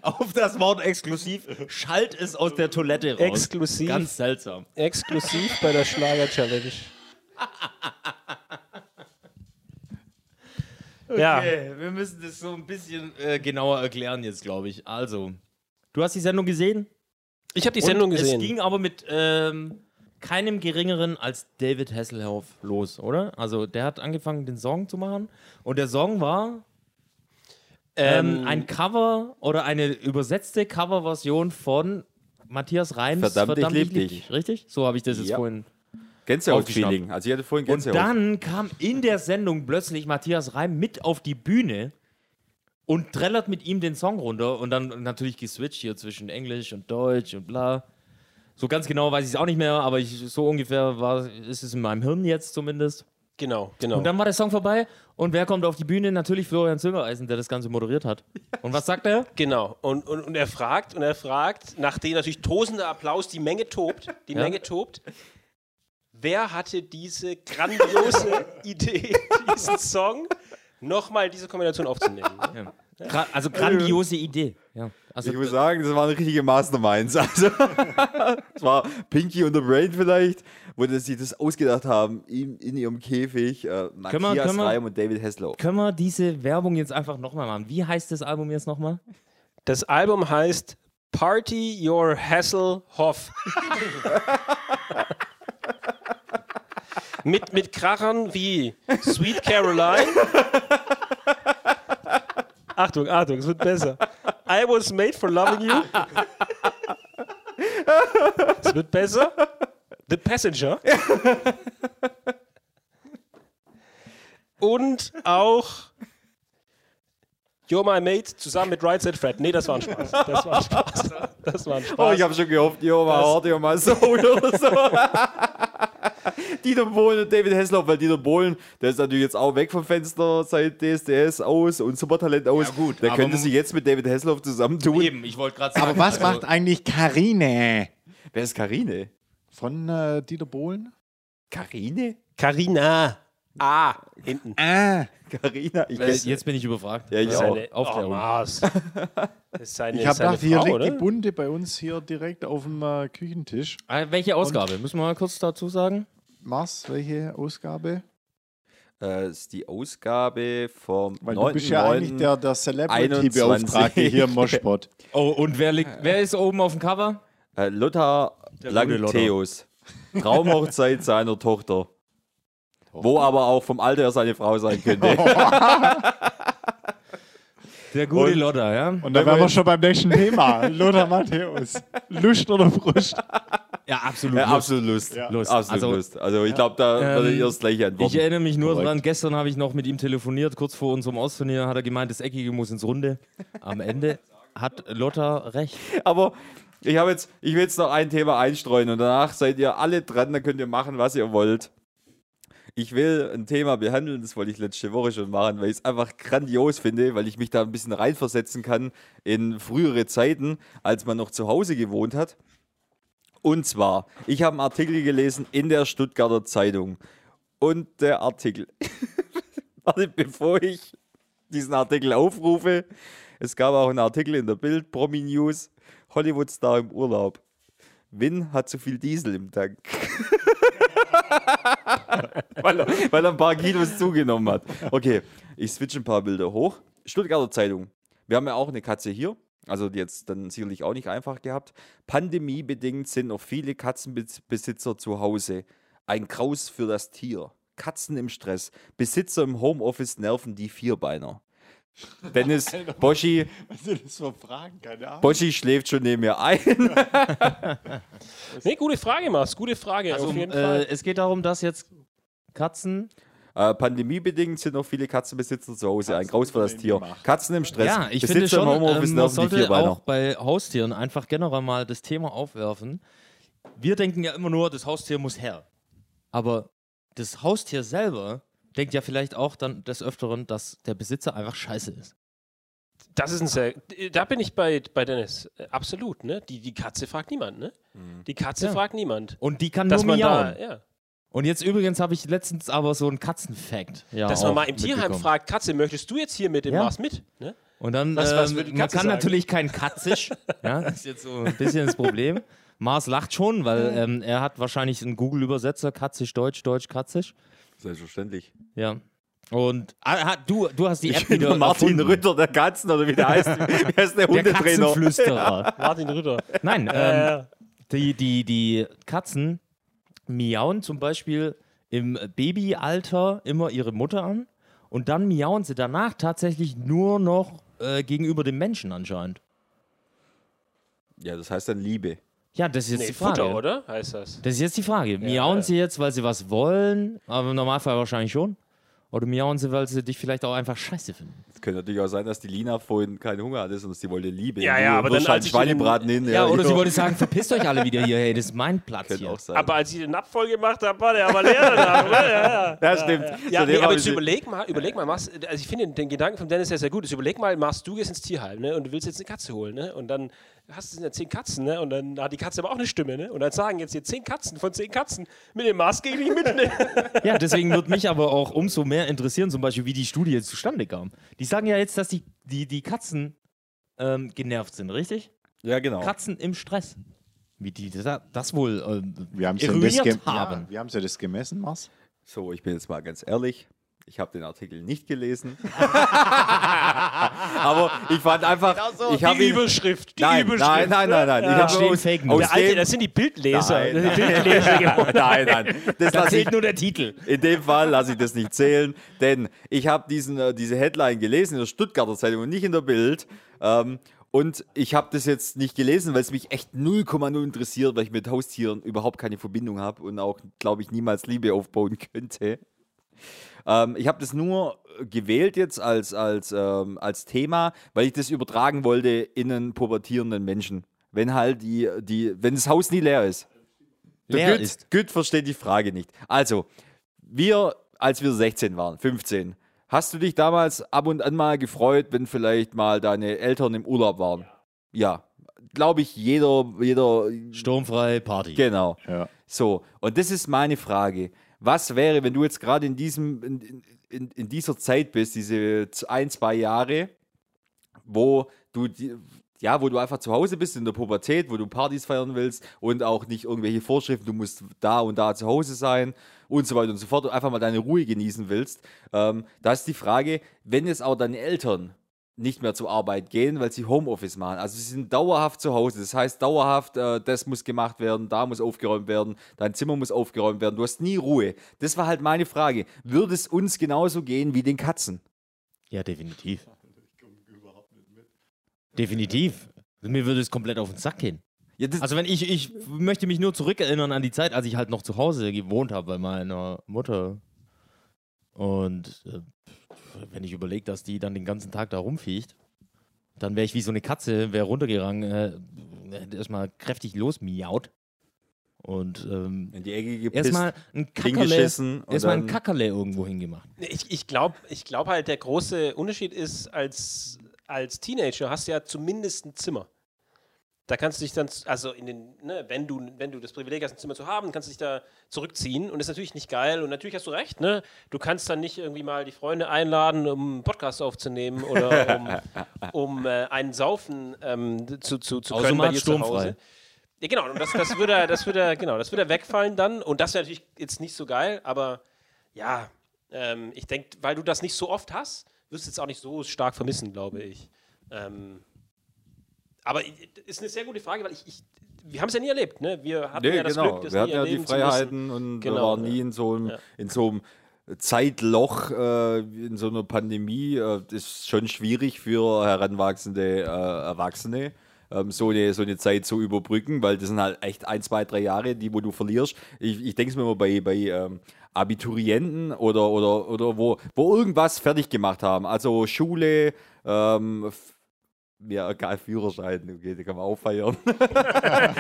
Auf das Wort exklusiv schallt es aus der Toilette raus. Exklusiv. Ganz seltsam. Exklusiv bei der Schlager-Challenge. Ja, wir müssen das so ein bisschen äh, genauer erklären jetzt, glaube ich. Also, du hast die Sendung gesehen? ich habe die Sendung und gesehen. Es ging aber mit ähm, keinem geringeren als David Hasselhoff los, oder? Also, der hat angefangen, den Song zu machen. Und der Song war ähm, ein Cover oder eine übersetzte Coverversion von Matthias Reims Verdammt, ich lieb dich. Richtig? So habe ich das jetzt Ja. vorhin Gänsehaut-Feeling. Also ich hatte vorhin Und Gänsehaut. dann kam in der Sendung plötzlich Matthias Reim mit auf die Bühne und trällert mit ihm den Song runter und dann natürlich geswitcht hier zwischen Englisch und Deutsch und bla. So ganz genau weiß ich es auch nicht mehr, aber ich, so ungefähr war, ist es in meinem Hirn jetzt zumindest. Genau, genau. Und dann war der Song vorbei und wer kommt auf die Bühne? Natürlich Florian Silbereisen, der das Ganze moderiert hat. Und was sagt er? genau. Und, und, und er fragt, und er fragt, nachdem natürlich tosender Applaus, die Menge tobt, die Ja. Menge tobt, wer hatte diese grandiose Idee, diesen Song nochmal diese Kombination aufzunehmen? Gra also grandiose Idee. Ja. Also Ich muss sagen, das waren richtige Masterminds. Also, das war Pinky und the Brain vielleicht, wo das, sie das ausgedacht haben, in, in ihrem Käfig. Äh, Matthias Können wir- können wir- Reim und David Hessler. können wir diese Werbung jetzt einfach nochmal machen? Wie heißt das Album jetzt nochmal? Das Album heißt Party Your Hasselhoff. mit, mit Krachern wie Sweet Caroline. Achtung, Achtung, es wird besser. I was made for loving you. es wird besser. The Passenger. Und auch You're My Mate zusammen mit Right Said Fred. Nee, das war ein Spaß. Das war ein Spaß. Das war ein Spaß. Oh, ich habe schon gehofft, ihr mal hart, ihr mal so oder so. Dieter Bohlen und David Hessler, weil Dieter Bohlen, der ist natürlich jetzt auch weg vom Fenster seit DSDS aus und Supertalent aus. Ja, gut, der aber könnte man- sich jetzt mit David Hessler zusammentun. Eben, ich wollte gerade sagen. Aber was macht eigentlich Karine? Wer ist Karine? Von äh, Dieter Bohlen? Karine? Carina. Ah, hinten. Ah, Karina? Ich Äh, guess- jetzt bin ich überfragt. Ja, ich auch. Seine Aufklärung. Oh, Mars. Das ist seine, ich habe seine gedacht, hier Frau, liegt oder? die Bunte bei uns hier direkt auf dem äh, Küchentisch. Äh, welche Ausgabe? Müssen wir mal kurz dazu sagen? Mars, welche Ausgabe? Äh, ist die Ausgabe vom Weil 9. du bist ja eigentlich der, der Celebrity-Beauftragte 21. hier im Moschpot. Oh, und wer, liegt, wer ist oben auf dem Cover? äh, Lothar gute Lothar. Langtheus. Traumhochzeit seiner Tochter. Wo aber auch vom Alter her seine Frau sein könnte. Der gute Und- Lotta, ja? Und da wären wir schon beim nächsten Thema. Lothar Matthäus. Lust oder Frust? Ja, absolut. Ja, Lust. absolut Lust. Lust. Absolut Also- Lust. Also ich glaube, da Ähm, werdet ihr das gleiche Ich antworten. erinnere mich nur dran, gestern habe ich noch mit ihm telefoniert, kurz vor unserem Austurnier hat er gemeint, das Eckige muss ins Runde. Am Ende hat Lotta recht. aber ich habe jetzt, ich will jetzt noch ein Thema einstreuen und danach seid ihr alle dran, dann könnt ihr machen, was ihr wollt. Ich will ein Thema behandeln, das wollte ich letzte Woche schon machen, weil ich es einfach grandios finde, weil ich mich da ein bisschen reinversetzen kann in frühere Zeiten, als man noch zu Hause gewohnt hat. Und zwar, ich habe einen Artikel gelesen in der Stuttgarter Zeitung. Und der Artikel. Warte, bevor ich diesen Artikel aufrufe, es gab auch einen Artikel in der Bild, Promi News, Hollywood-Star im Urlaub. Win hat zu viel Diesel im Tank. weil, er, weil er ein paar Kilos zugenommen hat. Okay, ich switch ein paar Bilder hoch. Stuttgarter Zeitung. Wir haben ja auch eine Katze hier. Also die jetzt dann sicherlich auch nicht einfach gehabt. Pandemiebedingt sind noch viele Katzenbesitzer zu Hause. Ein Kraus für das Tier. Katzen im Stress. Besitzer im Homeoffice nerven die Vierbeiner. Dennis, Boschi, Was sind das für Fragen? Keine Ahnung. Bocci schläft schon neben mir ein. Nee, gute Frage, Mars. Gute Frage, Also, auf jeden äh, Fall. es geht darum, dass jetzt Katzen. Äh, pandemiebedingt sind noch viele Katzenbesitzer zu Hause. Ein Graus für das Tier. Katzen im Stress. Ja, ich finde Besitzer schon, im Homeoffice ähm, man nerven die sollte Vierbeiner. auch bei Haustieren einfach generell mal das Thema aufwerfen. Wir denken ja immer nur, das Haustier muss her. Aber das Haustier selber denkt ja vielleicht auch dann des Öfteren, dass der Besitzer einfach scheiße ist. Das ist ein sehr. Da bin ich bei, bei Dennis. Äh, Absolut, ne? Die, die Katze fragt niemand, ne? Mhm. Die Katze Ja. fragt niemand. Und die kann Dass nur man miauen. da, ja. Und jetzt übrigens habe ich letztens aber so einen Katzenfact. Ja, Dass auch man mal im Tierheim mitbekommen. fragt, Katze, möchtest du jetzt hier mit dem Ja. Mars mit? Ne? Und dann, Was- was ähm, würde die man Katze kann sagen? natürlich kein Katzisch. ja, das ist jetzt so ein bisschen das Problem. Mars lacht schon, weil ähm, er hat wahrscheinlich einen Google-Übersetzer, Katzisch, Deutsch, Deutsch, Katzisch. Selbstverständlich. Ja. Und ah, ha, du, du hast die App Ich bin wieder der Martin erfunden. Rütter der Katzen, oder wie der heißt. Wer ist der der Hundetrainer? Katzenflüsterer. Martin Rütter. Nein, ähm, die, die, die Katzen miauen zum Beispiel im Babyalter immer ihre Mutter an und dann miauen sie danach tatsächlich nur noch äh, gegenüber dem Menschen anscheinend. Ja, das heißt dann Liebe. Ja, das ist jetzt nee, die Frage. Äh. Futter, oder? Heißt das. Das ist jetzt die Frage. miauen sie jetzt, weil sie was wollen? Aber im Normalfall wahrscheinlich schon. Oder miauen sie, weil sie dich vielleicht auch einfach scheiße finden? Es könnte natürlich auch sein, dass die Lina vorhin keinen Hunger hatte, sondern sie wollte Liebe. Ja, ja, Du aber wirst dann, halt als ich Schweinebraten hin. Ja, oder sie ja. wollte sagen, verpisst euch alle wieder hier, hey, das ist mein Platz Könnte Genau. hier. auch sein. Aber als ich den Napf voll gemacht habe, war der aber leer danach, oder? Ja, ja. ja, stimmt. äh, Ja, Zu dem nee, hab aber jetzt ich- überleg mal, überleg mal, machst, also ich finde den Gedanken von Dennis ja sehr gut. Jetzt überleg mal, machst du gehst ins Tierheim, ne? Und du willst jetzt eine Katze holen, ne? Und dann hast du ja zehn Katzen, ne? Und dann hat die Katze aber auch eine Stimme, ne? Und dann sagen jetzt hier zehn Katzen von zehn Katzen mit dem Maß gegen dich mit. Ne? Ja, deswegen wird mich aber auch umso mehr interessieren, zum Beispiel, wie die Studie jetzt zustande kam. Die sagen ja jetzt, dass die, die, die Katzen ähm, genervt sind, richtig? ja, genau. Katzen im Stress. Wie die das, das wohl ähm, Wir haben's denn das eruiert gem- haben. Ja, wir haben's ja das gemessen, Mars. So, ich bin jetzt mal ganz ehrlich. Ich habe den Artikel nicht gelesen. aber ich fand einfach, ich habe die ihn, Überschrift, die Nein, Überschrift. nein, nein, nein, nein. Da Ich habe stehen aus, Fake News. aus Der Alte, dem, das sind die Bildleser. Nein. Das sind die Bildleser genau. geworden. nein, nein. Das Da lasse ich, zählt nur der Titel. in dem Fall lasse ich das nicht zählen, denn ich habe diesen, äh, diese Headline gelesen in der Stuttgarter Zeitung und nicht in der Bild. Ähm, und ich habe das jetzt nicht gelesen, weil es mich echt 0,0 interessiert, weil ich mit Haustieren überhaupt keine Verbindung habe und auch, glaube ich, niemals Liebe aufbauen könnte. Ähm, ich habe das nur äh, gewählt jetzt als, als, ähm, als Thema, weil ich das übertragen wollte in einen pubertierenden Menschen. Wenn halt die, die, wenn das Haus nie leer ist. leer Güt, ist. Güt versteht die Frage nicht. Also, wir, als wir 16 waren, 15, hast du dich damals ab und an mal gefreut, wenn vielleicht mal deine Eltern im Urlaub waren? Ja. Glaube ich, jeder, jeder, Sturmfrei Party. genau. Ja. So, und das ist meine Frage. Was wäre, wenn du jetzt gerade in diesem, in- in, in, in dieser Zeit bist, diese z- ein, zwei Jahre, wo du die, ja, wo du einfach zu Hause bist in der Pubertät, wo du Partys feiern willst und auch nicht irgendwelche Vorschriften, du musst da und da zu Hause sein und so weiter und so fort und einfach mal deine Ruhe genießen willst. Ähm, da ist die Frage, wenn jetzt auch deine Eltern nicht mehr zur Arbeit gehen, weil sie Homeoffice machen. Also sie sind dauerhaft zu Hause. Das heißt, dauerhaft, äh, das muss gemacht werden, da muss aufgeräumt werden, dein Zimmer muss aufgeräumt werden. Du hast nie Ruhe. Das war halt meine Frage. Würde es uns genauso gehen wie den Katzen? Ja, definitiv. Definitiv. Mir würde es komplett auf den Sack gehen. Ja, das, Also wenn ich, ich möchte mich nur zurückerinnern an die Zeit, als ich halt noch zu Hause gewohnt habe bei meiner Mutter. Und äh, wenn ich überlege, dass die dann den ganzen Tag da rumfiecht, dann wäre ich wie so eine Katze, wäre runtergerannt, äh, hätte erstmal kräftig losmiaut. Und ähm, in die Ecke gepisst. erstmal ein Kackerle, hingeschissen und erstmal dann- ein Kackerle irgendwo hingemacht. Nee, Ich, ich glaube ich glaub halt, der große Unterschied ist, als, als Teenager hast du ja zumindest ein Zimmer. Da kannst du dich dann, z- also in den, ne, wenn du, wenn du das Privileg hast, ein Zimmer zu haben, kannst du dich da zurückziehen und das ist natürlich nicht geil. Und natürlich hast du recht, ne? Du kannst dann nicht irgendwie mal die Freunde einladen, um einen Podcast aufzunehmen oder um, um äh, einen Saufen ähm, zu, zu, zu können bei Automat dir zu sturmfrei. Hause. Ja, genau, und das, das würde er, das würde er, genau, das würde er wegfallen dann. Und das wäre natürlich jetzt nicht so geil, aber ja, ähm, ich denke, weil du das nicht so oft hast, wirst du es auch nicht so stark vermissen, glaube ich. Ähm, aber i- ist eine sehr gute Frage, weil ich, ich wir haben es ja nie erlebt, ne? Wir hatten Nee, ja das genau. Glück, das wir nie hatten ja die erleben zu müssen. Freiheiten und wir Genau, waren ja. nie in so einem, Ja. in so einem Zeitloch, äh, in so einer Pandemie. Äh, das ist schon schwierig für heranwachsende äh, Erwachsene. ähm, So eine, so eine Zeit zu überbrücken, weil das sind halt echt ein, zwei, drei Jahre, die wo du verlierst. Ich, ich denke es mir immer bei, bei ähm, Abiturienten oder, oder, oder wo, wo irgendwas fertig gemacht haben. Also Schule, ähm, f- ja, egal, Führerschein, okay, den kann man auch feiern.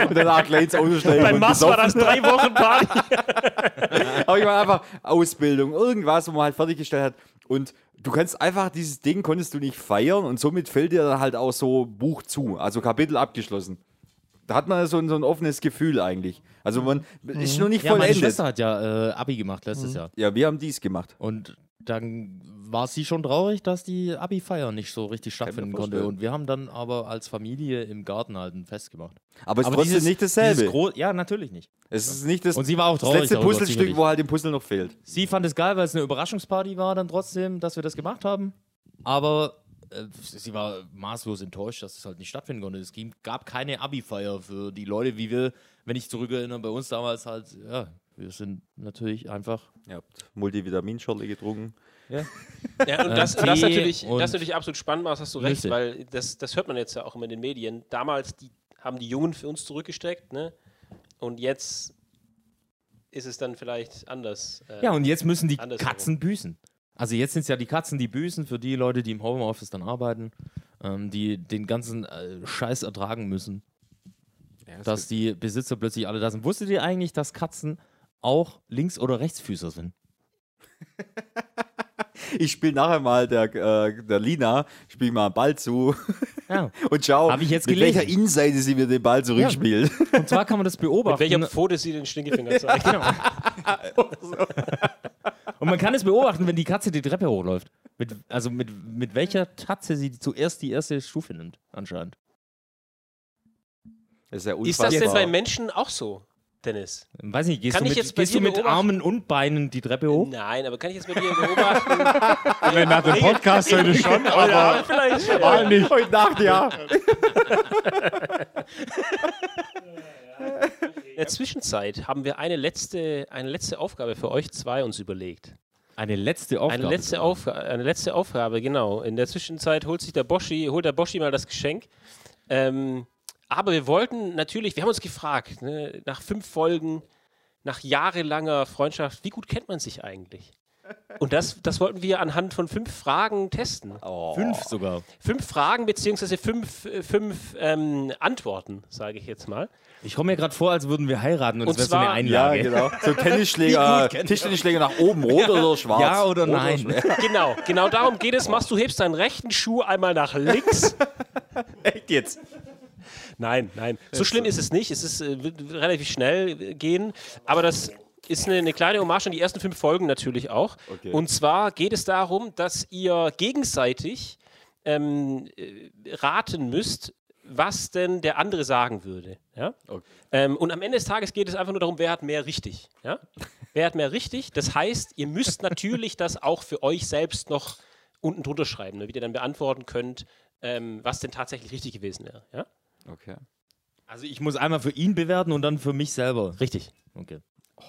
und danach gleich ins Auto steigen. Bei und Mass war das drei Wochen Party. aber ich meine einfach Ausbildung, irgendwas, wo man halt fertiggestellt hat. Und du kannst einfach dieses Ding konntest du nicht feiern und somit fällt dir dann halt auch so Buch zu, also Kapitel abgeschlossen. Da hat man so ein, so ein offenes Gefühl eigentlich. Also man ist noch nicht Mhm. Ja, meine vollendet. Schwester hat ja äh, Abi gemacht letztes Jahr. ja, wir haben dies gemacht. Und dann war sie schon traurig, dass die Abi-Feier nicht so richtig stattfinden konnte. vorstellen. Und wir haben dann aber als Familie im Garten halt ein Fest gemacht. Aber es ist trotzdem nicht dasselbe. dieses Gro- ja, natürlich nicht. es ist nicht das, Und sie war auch das traurig letzte darüber, Puzzlestück, sicherlich. wo halt im Puzzle noch fehlt. Sie fand es geil, weil es eine Überraschungsparty war, dann trotzdem, dass wir das gemacht haben. Aber äh, sie war maßlos enttäuscht, dass es halt nicht stattfinden konnte. Es ging- gab keine Abi-Feier für die Leute, wie wir, wenn ich zurückerinnere, bei uns damals halt, ja, wir sind natürlich einfach. Ihr habt Multivitaminschorle getrunken. Ja, und das, Ähm, das, Tee natürlich, und das natürlich absolut spannend, Maus, hast du recht, Nüsse. weil das, das hört man jetzt ja auch immer in den Medien. Damals die, haben die Jungen für uns zurückgesteckt, ne? Und jetzt ist es dann vielleicht anders. äh, Ja, und jetzt müssen die Andersherum. Katzen büßen. Also jetzt sind es ja die Katzen, die büßen für die Leute, die im Homeoffice dann arbeiten, ähm, die den ganzen äh, Scheiß ertragen müssen, dass die Besitzer plötzlich alle da sind. Wusstet ihr eigentlich, dass Katzen auch Links- oder Rechtsfüßer sind? Ich spiele nachher mal der, äh, der Lina, spiele mal einen Ball zu Ja. und schau, Hab ich jetzt mit gelesen. welcher Inseite sie mir den Ball zurückspielt. Und zwar kann man das Mit beobachten. welcher Pfote sie den Stinkefinger zeigt. Und man kann es beobachten, wenn die Katze die Treppe hochläuft. Mit, also mit, mit welcher Tatze sie zuerst die erste Stufe nimmt, anscheinend. Das ist ja Ist das denn unfassbar. bei Menschen auch so, Dennis? Weiß nicht, gehst Kann du ich mit, jetzt bei gehst dir du mit beobachten? Armen und Beinen die Treppe hoch? Nein, aber kann ich jetzt bei dir beobachten? Nach dem Podcast heute schon, ja, aber vielleicht. mal nicht. Heute Nacht, ja. In der Zwischenzeit haben wir eine letzte, eine letzte Aufgabe für euch zwei uns überlegt. Eine letzte Aufgabe. Eine letzte, Aufgabe, eine letzte Aufgabe, genau. In der Zwischenzeit holt sich der Boschi, holt der Boschi mal das Geschenk. Ähm, aber wir wollten natürlich, wir haben uns gefragt, ne, nach fünf Folgen, nach jahrelanger Freundschaft, wie gut kennt man sich eigentlich? Und das, das wollten wir anhand von fünf Fragen testen. Fünf sogar. Fünf Fragen beziehungsweise fünf, äh, fünf ähm, Antworten, sage ich jetzt mal. Ich komme mir gerade vor, als würden wir heiraten und, Und es wäre so eine zwar- Einlage. genau. So Tennisschläger, Wie gut Tischtennisschläger nach oben, rot oder schwarz. Ja oder Rot nein? schwarz. Genau, genau darum geht es. Machst du hebst deinen rechten Schuh einmal nach links. Echt jetzt? Nein, nein. So schlimm ist es nicht. Es ist, äh, wird relativ schnell äh, gehen. Aber das ist eine, eine kleine Hommage an die ersten fünf Folgen natürlich auch. Und zwar geht es darum, dass ihr gegenseitig ähm, äh, raten müsst, was denn der andere sagen würde. Ja? Ähm, und am Ende des Tages geht es einfach nur darum, wer hat mehr richtig. Ja? Wer hat mehr richtig? Das heißt, ihr müsst natürlich das auch für euch selbst noch unten drunter schreiben, damit ihr dann beantworten könnt, ähm, was denn tatsächlich richtig gewesen wäre. Ja? Okay. Also ich muss einmal für ihn bewerten und dann für mich selber. Richtig. Okay. Oh.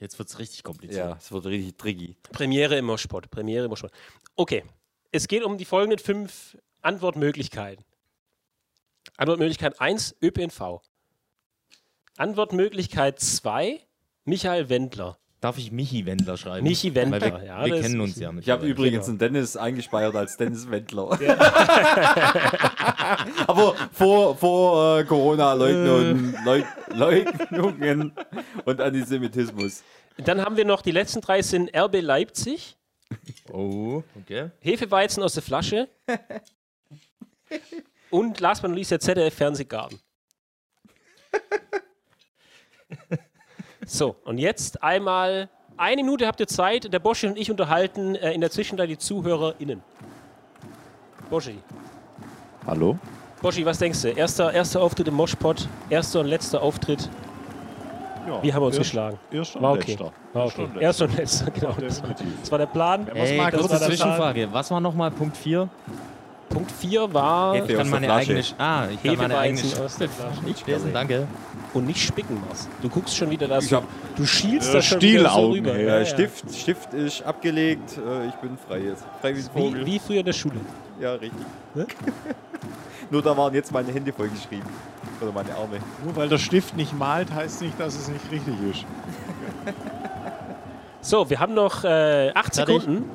Jetzt wird's richtig kompliziert. Ja, es wird richtig tricky. Premiere im Moshpot. Premiere im Moshpot. Okay. Es geht um die folgenden fünf Antwortmöglichkeiten. Antwortmöglichkeit 1, ÖPNV. Antwortmöglichkeit 2, Michael Wendler. Darf ich Michi Wendler schreiben? Michi Wendler, Weil wir, ja, Wir das kennen ist uns richtig. ja. genau. Ich habe mittlerweile. übrigens einen Dennis eingespeichert als Dennis Wendler. Aber vor, vor äh, Corona-Leugnungen Äh. Leug- Leugnungen und Antisemitismus. Dann haben wir noch, die letzten drei sind RB Leipzig, Oh, okay. Hefeweizen aus der Flasche und last but not least der ZDF Fernsehgarten. So, und jetzt einmal eine Minute habt ihr Zeit. Der Boschi und ich unterhalten äh, in der Zwischenzeit die ZuhörerInnen. Boschi, Hallo? Boschi, was denkst du? Erster, erster Auftritt im Moshpot, erster und letzter Auftritt. Ja, Wie haben wir uns ihr- geschlagen? Ihr schon War okay. letzter. War Ihr schon okay. letzter. Erster und letzter, genau. Das war, Definitiv. das war der Plan. Was Ey, mag das kurze bei der Zwischenfrage. Was war nochmal Punkt 4? Punkt 4 war Hefe aus der meine Flasche. eigene... Sch- Ah, ich kann meine eigene... Hefeweizen Sch- aus der Flasche. Nicht lesen, danke. Und nicht spicken, Mars. Du guckst schon wieder das. Ich hab- du schielst Äh, das schon wieder so Stielaugen, rüber. ey. Äh, Stift, Stift ist abgelegt. Äh, ich bin frei jetzt. Frei wie ein Vogel. Wie, wie früher in der Schule. Ja, richtig. Nur da waren jetzt meine Hände vollgeschrieben. Oder meine Arme. Nur weil der Stift nicht malt, heißt nicht, dass es nicht richtig ist. So, wir haben noch äh, acht Fertig? Sekunden.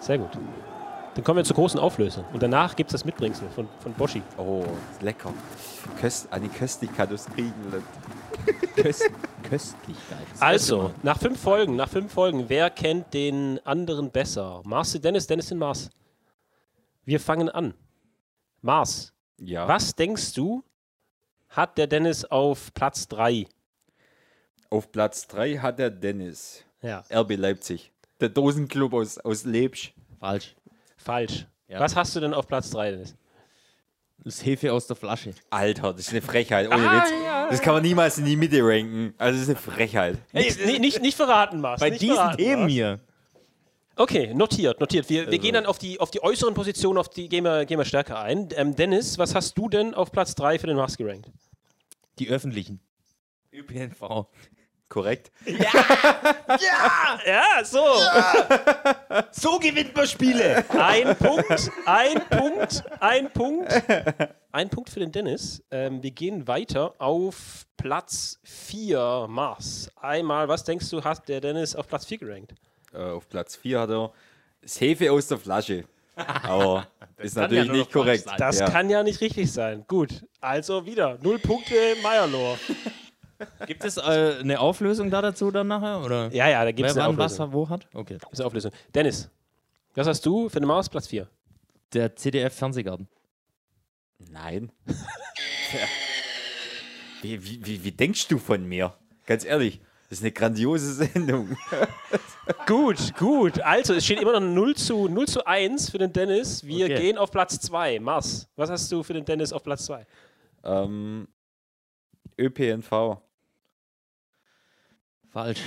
Sehr gut. Dann kommen wir zur großen Auflösung. Und danach gibt es das Mitbringsel von, von Boschi. Oh, ist lecker. Köst, eine Köstlichkeit aus Griechenland. Köst Köstlichkeit. Also, nach fünf Folgen, nach fünf Folgen, wer kennt den anderen besser? Mars den Dennis, Dennis den Mars. Wir fangen an. Mars, Ja. was denkst du, hat der Dennis auf Platz 3? Auf Platz 3 hat der Dennis. Ja. RB Leipzig. Der Dosenclub aus, aus Lebsch. Falsch. Falsch. Ja. Was hast du denn auf Platz 3, Dennis? Das ist Hefe aus der Flasche. Alter, das ist eine Frechheit. Ohne Witz. Das kann man niemals in die Mitte ranken. Also, das ist eine Frechheit. Nicht, nicht, nicht, nicht verraten, Mars. Bei nicht diesen verraten, Themen Mars. hier. Okay, notiert, notiert. Wir, wir gehen dann auf die, auf die äußeren Positionen, auf die gehen wir, gehen wir stärker ein. Ähm, Dennis, was hast du denn auf Platz 3 für den Mars gerankt? Die öffentlichen. ÖPNV. Korrekt. Ja, so. So gewinnt man Spiele. Ein Punkt, ein Punkt, ein Punkt. Ein Punkt für den Dennis. Ähm, wir gehen weiter auf Platz 4 Mars. Einmal, was denkst du, hat der Dennis auf Platz 4 gerankt? Äh, auf Platz 4 hat er das Hefe aus der Flasche. Aber ist kann natürlich ja nur nicht noch falsch korrekt. sein. Das ja. kann ja nicht richtig sein. Gut, also wieder. Null Punkte Meierlohr. Gibt es äh, eine Auflösung da dazu dann nachher? Oder? Ja, ja, da gibt Wer es eine wann was Auflösung. wo hat? Okay. Gibt's eine Auflösung. Dennis, was hast du für eine Maus? Platz 4. Der CDF-Fernsehgarten. Nein. Tja. wie, wie, wie, wie denkst du von mir? Ganz ehrlich, das ist eine grandiose Sendung. Gut, gut. Also, es steht immer noch 0 zu, 0 zu 1 für den Dennis. Wir Okay. gehen auf Platz 2. Mars, was hast du für den Dennis auf Platz 2? ähm, ÖPNV. Falsch.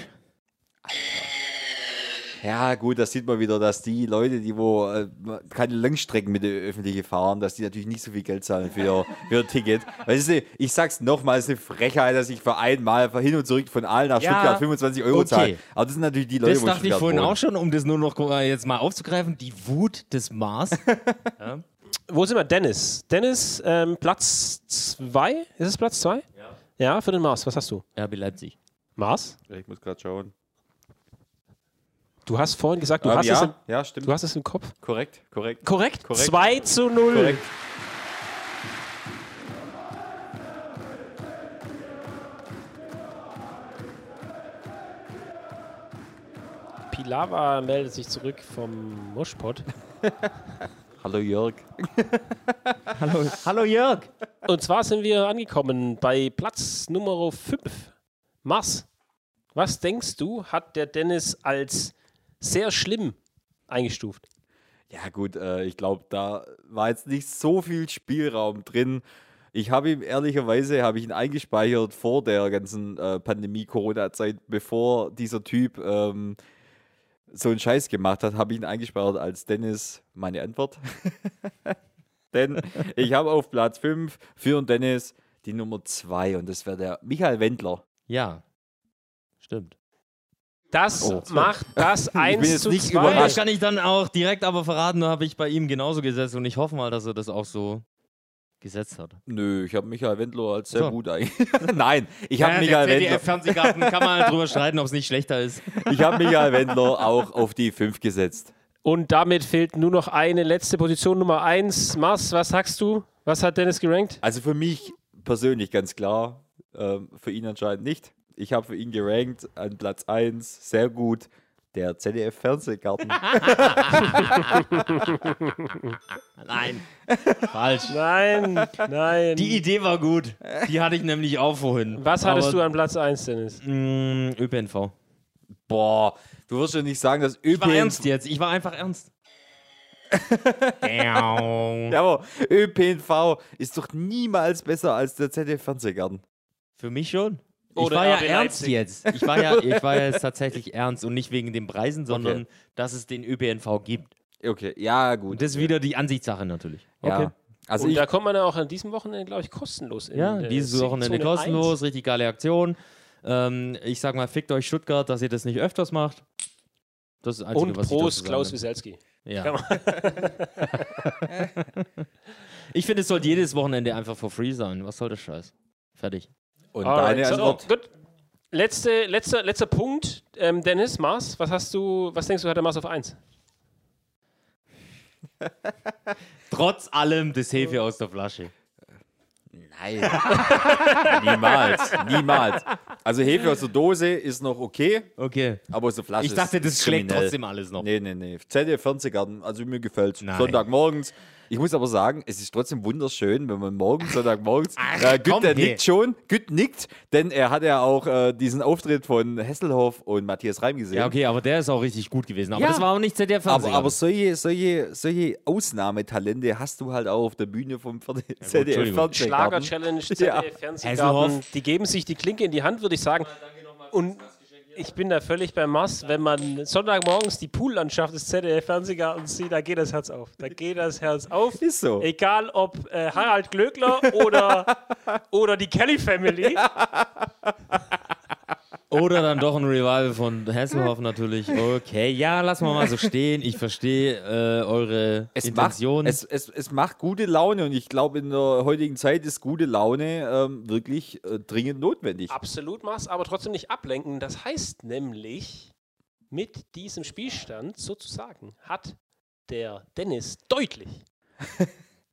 Ja, gut, das sieht man wieder, dass die Leute, die wo äh, keine Langstrecken mit der Öffentliche fahren, dass die natürlich nicht so viel Geld zahlen für ihr, für ihr Ticket. Weißt du, ich sag's nochmal, es ist eine Frechheit, dass ich für einmal hin und zurück von Aalen nach Ja, Stuttgart 25 Euro okay. zahle. Aber das sind natürlich die Leute, Das wo dachte ich Stuttgart vorhin wohnen. auch schon, um das nur noch äh, jetzt mal aufzugreifen. Die Wut des Mars. Wo sind wir? Dennis. Dennis, ähm, Platz 2? Ist es Platz 2? Ja. Ja, für den Mars. Was hast du? RB Leipzig. Mars? Ich muss gerade schauen. Du hast vorhin gesagt, du, Ähm, hast, es im, ja, ja, stimmt. du hast es im Kopf. korrekt, korrekt. Korrekt. Korrekt. 2 zu 0. Korrekt. Pilava meldet sich zurück vom Moschpot. Hallo Jörg. Hallo, hallo Jörg. Und zwar sind wir angekommen bei Platz Nummer 5. Mars. Was denkst du, hat der Dennis als sehr schlimm eingestuft? Ja gut, äh, ich glaube, da war jetzt nicht so viel Spielraum drin. Ich habe ihn ehrlicherweise habe ich ihn eingespeichert vor der ganzen äh, Pandemie-Corona-Zeit, bevor dieser Typ ähm, so einen Scheiß gemacht hat, habe ich ihn eingespeichert als Dennis meine Antwort. Denn ich habe auf Platz 5 für Dennis die Nummer 2 und das wäre der Michael Wendler. Ja. Stimmt. Das macht das Oh. bin 1 jetzt zu nicht 2. Das überrascht. kann ich dann auch direkt aber verraten, da habe ich bei ihm genauso gesetzt und ich hoffe mal, dass er das auch so gesetzt hat. Nö, ich habe Michael Wendler als sehr So. gut eigentlich. Nein, ich habe Michael halt Wendler. ZDF-Fernsehgarten kann man halt drüber streiten, ob es nicht schlechter ist. Ich habe Michael Wendler auch auf die 5 gesetzt. Und damit fehlt nur noch eine letzte Position, Nummer 1. Mars, was sagst du? Was hat Dennis gerankt? Also für mich persönlich ganz klar, ähm, für ihn anscheinend nicht. Ich habe für ihn gerankt an Platz 1, sehr gut, der ZDF-Fernsehgarten. Nein. Falsch. Nein, nein. Die Idee war gut. Die hatte ich nämlich auch vorhin. was hattest du aber, Also an Platz 1, Dennis? du? ÖPNV. Boah, du wirst ja nicht sagen, dass Ich war ernst ÖPNV, jetzt. Ich war einfach ernst. ja, aber ÖPNV ist doch niemals besser als der ZDF-Fernsehgarten. Für mich schon. Oder ich war ja RB ernst Leipzig. jetzt. Ich war, ja, ich war ja jetzt tatsächlich ernst und nicht wegen den Preisen, sondern dass es den ÖPNV gibt. Okay, ja, Und gut. das ist wieder die Ansichtssache natürlich. Ja. Also Und ich, da kommt man ja auch an diesem Wochenende, glaube ich, kostenlos in. Ja, äh, dieses Wochenende Sektion kostenlos, richtig geile Aktion. Ähm, ich sag mal, fickt euch Stuttgart, dass ihr das nicht öfters macht. Das ist das 1. Einzige, Und was Prost, ich Klaus dazu sagen Wieselski. kann. Ja. ich finde, es sollte jedes Wochenende einfach for free sein. Was soll das Scheiß? Fertig. und Ah, Alright, deine so, Antwort. Gut. Letzte, letzter, letzter Punkt. Ähm, Dennis, Mars, was hast du, was denkst du, hat der Mars auf 1? Trotz allem das Hefe aus der Flasche. Nein. niemals, niemals. Also Hefe aus der Dose ist noch okay, Okay. aber aus der Flasche Ich dachte, ist das schlägt kriminell. trotzdem alles noch. Nee, nee, nee. ZDF Fernsehgarten, also mir gefällt Nein. Sonntagmorgens. Ich muss aber sagen, es ist trotzdem wunderschön, wenn man morgens, Sonntagmorgens, äh, komm, Gütt, der hey. nickt schon, Gütt nickt, denn er hat ja auch äh, diesen Auftritt von Hesselhoff und Matthias Reim gesehen. Ja, okay, aber der ist auch richtig gut gewesen. Aber Ja. das war auch nicht zdf Aber, aber solche, solche, solche Ausnahmetalente hast du halt auch auf der Bühne vom Ferde- ZDF Entschuldigung. Fernsehgarten. Schlager-Challenge, Ja. Also ZDF Fernsehgarten. Hasselhoff. Die geben sich die Klinke in die Hand, würde ich sagen. Und ich bin da völlig bei Mars. Wenn man Sonntagmorgens die Poollandschaft des ZDF Fernsehgartens sieht, da geht das Herz auf. Da geht das Herz auf. Ist so. Egal ob äh, Harald Glöckler oder, oder die Kelly Family. Oder dann doch ein Revival von Hasselhoff natürlich. Okay, ja, lassen wir mal so stehen. Ich verstehe äh, eure Es macht, Intention. es, es, es macht gute Laune und ich glaube, in der heutigen Zeit ist gute Laune ähm, wirklich äh, dringend notwendig. Absolut, Mars, aber trotzdem nicht ablenken. Das heißt nämlich, mit diesem Spielstand sozusagen hat der Dennis deutlich,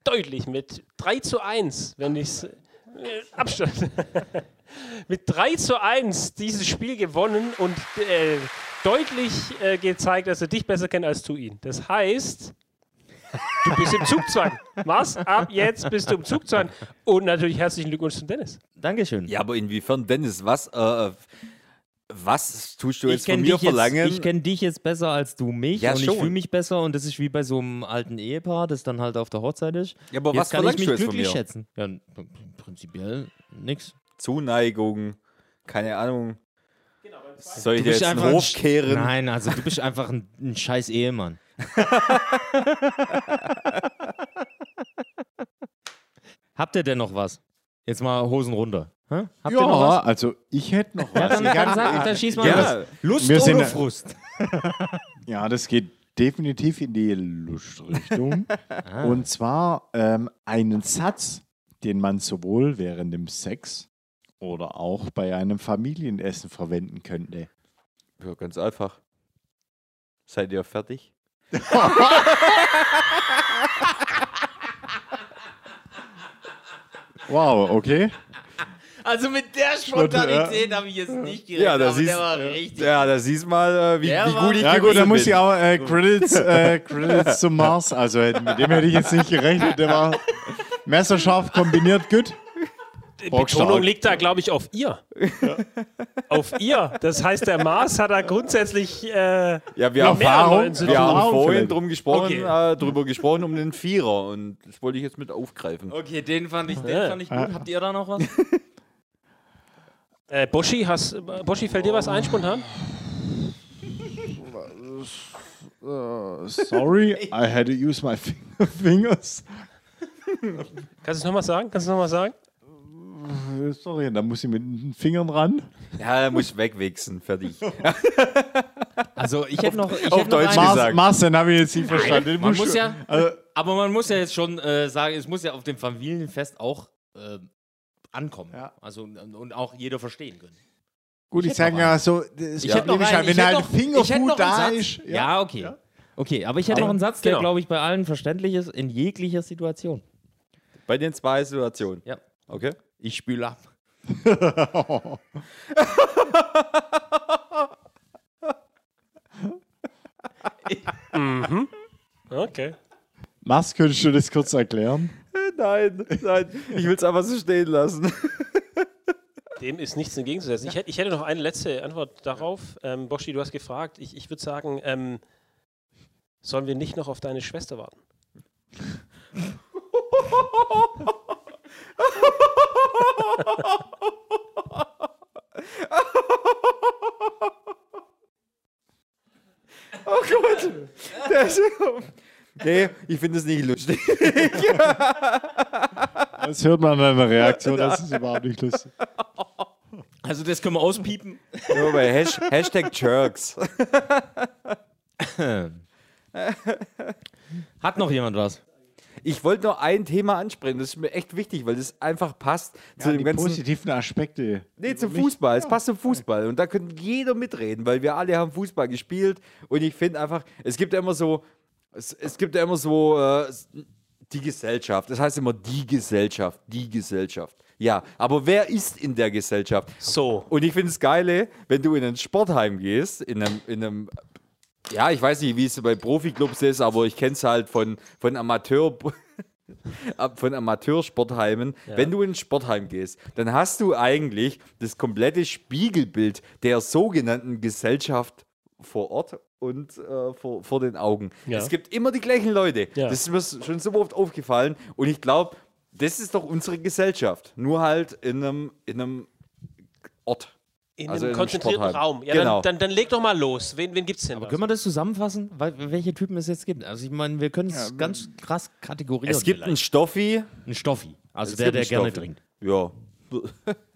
deutlich mit 3 zu 1, wenn ich es. Abstand. mit 3 zu 1 dieses Spiel gewonnen und äh, deutlich äh, gezeigt, dass er dich besser kennt als du ihn. Das heißt. Du bist im Zugzwang. Mars, ab jetzt bist du im Zugzwang. Und natürlich herzlichen Glückwunsch zu Dennis. Dankeschön. Ja, aber inwiefern, Dennis, was, äh, was tust du Ich jetzt von kenne mir dich, verlangen? jetzt- ich kenn dich jetzt besser als du mich Ja, und schon. ich fühle mich besser und das ist wie bei so einem alten Ehepaar, das dann halt auf der Hochzeit ist. Ja, aber jetzt was kann ich verlangst mich du jetzt von glücklich mir? schätzen. Ja, n- p- prinzipiell nix. Zuneigung, keine Ahnung. Genau, Soll ich Du dir bist jetzt einen einfach ein Hof Sch- kehren? Nein, also du bist einfach ein, ein scheiß Ehemann. Habt ihr denn noch was? Jetzt mal Hosen runter. Hä? Habt ihr noch was? Ja, also ich hätte noch was. Ja, dann, Ich dann, hab- sag, dann schieß mal Ja. los. Lust Wir sind- oder Frust? Ja, das geht definitiv in die Lustrichtung. Ah. Und zwar ähm, einen Satz, den man sowohl während dem Sex oder auch bei einem Familienessen verwenden könnte. Ja, ganz einfach. Seid ihr fertig? Wow, okay. äh, Also mit der Spontanität habe ich jetzt nicht gerechnet. Ja, da aber siehst der war richtig. ja, da siehst mal, äh, wie, Der wie war- gut ich Ja gut, gewesen da muss bin. ich auch äh, Credits, äh, Credits zum Mars. Also äh, mit dem hätte ich jetzt nicht gerechnet. Der war messerscharf kombiniert, gut. Die Bockstark. Betonung liegt da, glaube ich, auf ihr. Auf ihr. Das heißt, der Mars hat da grundsätzlich. Äh, Ja, wir haben, mehr Erfahrung. Leute zu wir tun. haben Frauen vorhin vielleicht. drum gesprochen, Okay. äh, drüber gesprochen um den Vierer und das wollte ich jetzt mit aufgreifen. Okay, den fand ich, den Ja. fand ich gut. Habt ihr da noch was? Äh, Boschi, hast, Boschi, fällt dir was ein spontan? Sorry, I had to use my fing- fingers. Kannst du es nochmal sagen? Kannst du es nochmal sagen? Äh, Sorry, da muss ich mit den Fingern ran. Ja, er muss wegwichsen, fertig. Also ich hätte noch, ich auf hätte noch Deutsch einen- gesagt. Mars, Mars, den habe ich jetzt nicht verstanden. Den Man musst muss du- ja, Also, aber man muss ja jetzt schon äh, sagen, es muss ja auf dem Familienfest auch äh, ankommen. Ja. Also und und auch jeder verstehen können. gut, ich, hätte sage noch ja so, das Ich hätte noch Problem ist einen, halt, ich wenn hätte halt noch- ich hätte noch Fingerfood da einen ist. Satz. Ja, okay. Okay, aber ich hätte Aber- noch einen Satz, der, genau. glaube ich, bei allen verständlich ist, in jeglicher Situation. Bei den zwei Situationen. Ja. Okay. Ich spüle ab. Okay. Mars, könntest du das kurz erklären? Nein, nein, ich will es einfach so stehen lassen. Dem ist nichts entgegenzusetzen. Ich, hätte, ich hätte noch eine letzte Antwort darauf. Ähm, Boschi, du hast gefragt. Ich, ich würde sagen, ähm, sollen wir nicht noch auf deine Schwester warten? Oh Gott. Das, nee, ich finde es nicht lustig. Das hört man an deiner Reaktion, das ist überhaupt nicht lustig. Also das können wir auspiepen. Nur bei Hash, Hashtag Jerks. Hat noch jemand was? Ich wollte nur ein Thema ansprechen, das ist mir echt wichtig, weil das einfach passt zu dem die ganzen. positiven Aspekte. Nee, zum Fußball. Es passt zum Fußball. Und da könnte jeder mitreden, weil wir alle haben Fußball gespielt. Und ich finde einfach, es gibt ja immer so, es, es gibt ja immer so äh, s- die Gesellschaft. Das heißt immer die Gesellschaft, die Gesellschaft. Ja, aber wer ist in der Gesellschaft? So. Und ich finde es geile, wenn du in ein Sportheim gehst, in einem, in einem ja, ich weiß nicht, wie es bei Profiklubs ist, aber ich kenne es halt von, von Amateur. ab- Von Amateursportheimen, wenn du in ein Sportheim gehst, dann hast du eigentlich das komplette Spiegelbild der sogenannten Gesellschaft vor Ort und äh, vor, vor den Augen. Ja. Es gibt immer die gleichen Leute. Ja. Das ist mir s- schon so oft aufgefallen und ich glaube, das ist doch unsere Gesellschaft. Nur halt in einem, in einem Ort. In Also in einem einem konzentrierten Sportheim. Raum. Ja, Genau. dann, dann, dann leg doch mal los. Wen, wen gibt's denn? da? Können wir das zusammenfassen, weil, welche Typen es jetzt gibt? Also ich meine, wir können es ganz krass kategorieren. Es gibt einen vielleicht. Stoffi. einen Stoffi, also Es der, gibt der einen gerne Stoffi. trinkt. Ja.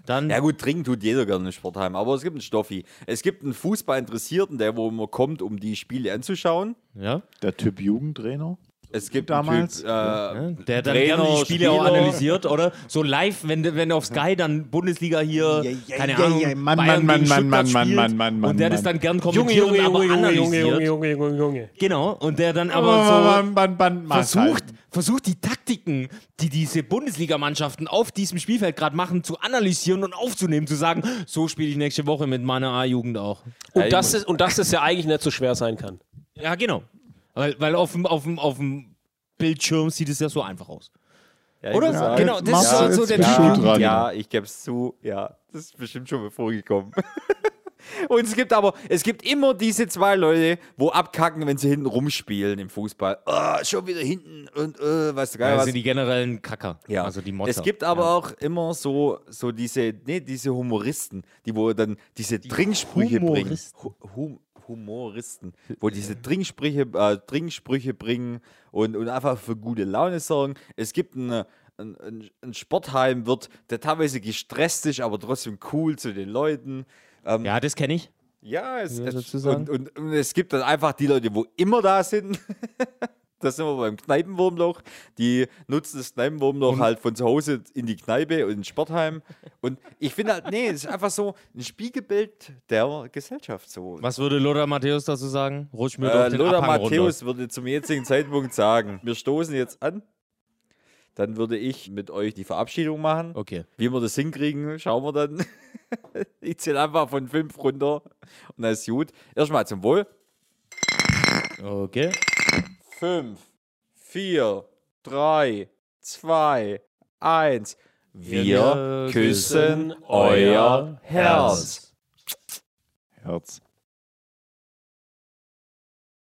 Dann Ja gut, trinken tut jeder gerne im Sportheim, aber es gibt einen Stoffi. Es gibt einen Fußballinteressierten, der wo immer kommt, um die Spiele anzuschauen. Ja, Der Typ Jugendtrainer? Es gibt Damals. einen Typ, äh, der dann Trainer, gerne die Spiele auch Spieler. analysiert, oder? So live, wenn, wenn auf Sky dann Bundesliga hier, ja, keine ja, Ahnung, ja, Mann, Bayern Mann, gegen Mann, Stuttgart Mann, Mann, spielt Mann, Mann, Mann, und der das Mann. dann gern Junge, kommentiert Junge, und aber Junge, Junge, analysiert. Junge, Junge, Junge, Junge. Genau, und der dann aber so Mann, Mann, Mann, Mann. versucht, versucht die Taktiken, die diese Bundesligamannschaften auf diesem Spielfeld gerade machen, zu analysieren und aufzunehmen, zu sagen, so spiele ich nächste Woche mit meiner A-Jugend auch. Und das, ist, und das ist ja eigentlich nicht so schwer sein kann. Ja, genau. Weil, weil auf dem auf dem auf dem Bildschirm sieht es ja so einfach aus. Ja, ich Oder? muss sagen, Genau, das ist so- so der Typ Typ. Ja, Jugendtrainer. ja, ich gebe es zu. Ja, das ist bestimmt schon mal vorgekommen. Und es gibt aber, es gibt immer diese zwei Leute, wo abkacken, wenn sie hinten rumspielen im Fußball. Ah, schon wieder hinten und äh, weißt du geil Das was. Also sind die generellen Kacker. Ja. Also die Motter. Es gibt aber auch immer so, so diese, nee, diese Humoristen, die wo dann diese Trinksprüche bringen. Hu hum Humoristen, wo diese Trinksprüche, äh, Trinksprüche bringen und, und einfach für gute Laune sorgen. Es gibt einen, einen, einen Sportheimwirt, der teilweise gestresst ist, aber trotzdem cool zu den Leuten. Ja, das kenne ich. Ja, es, Ja, es, sozusagen. und, und, und es gibt dann einfach die Leute, wo immer da sind. da sind wir beim Kneipenwurmloch. Die nutzen das Kneipenwurmloch halt von zu Hause in die Kneipe und ins Sportheim. Und ich finde halt, nee, es ist einfach so ein Spiegelbild der Gesellschaft. So. Was würde Lothar Matthäus dazu sagen? Rutsch mir Äh, doch den Lothar Abhang Matthäus würde zum jetzigen Zeitpunkt sagen, wir stoßen jetzt an. Dann würde ich mit euch die Verabschiedung machen. runter. Okay. Wie wir das hinkriegen, schauen wir dann. ich zähle einfach von fünf runter und dann ist gut. Erstmal zum Wohl. Okay. Fünf, vier, drei, zwei, eins. Wir küssen euer Herz. Herz.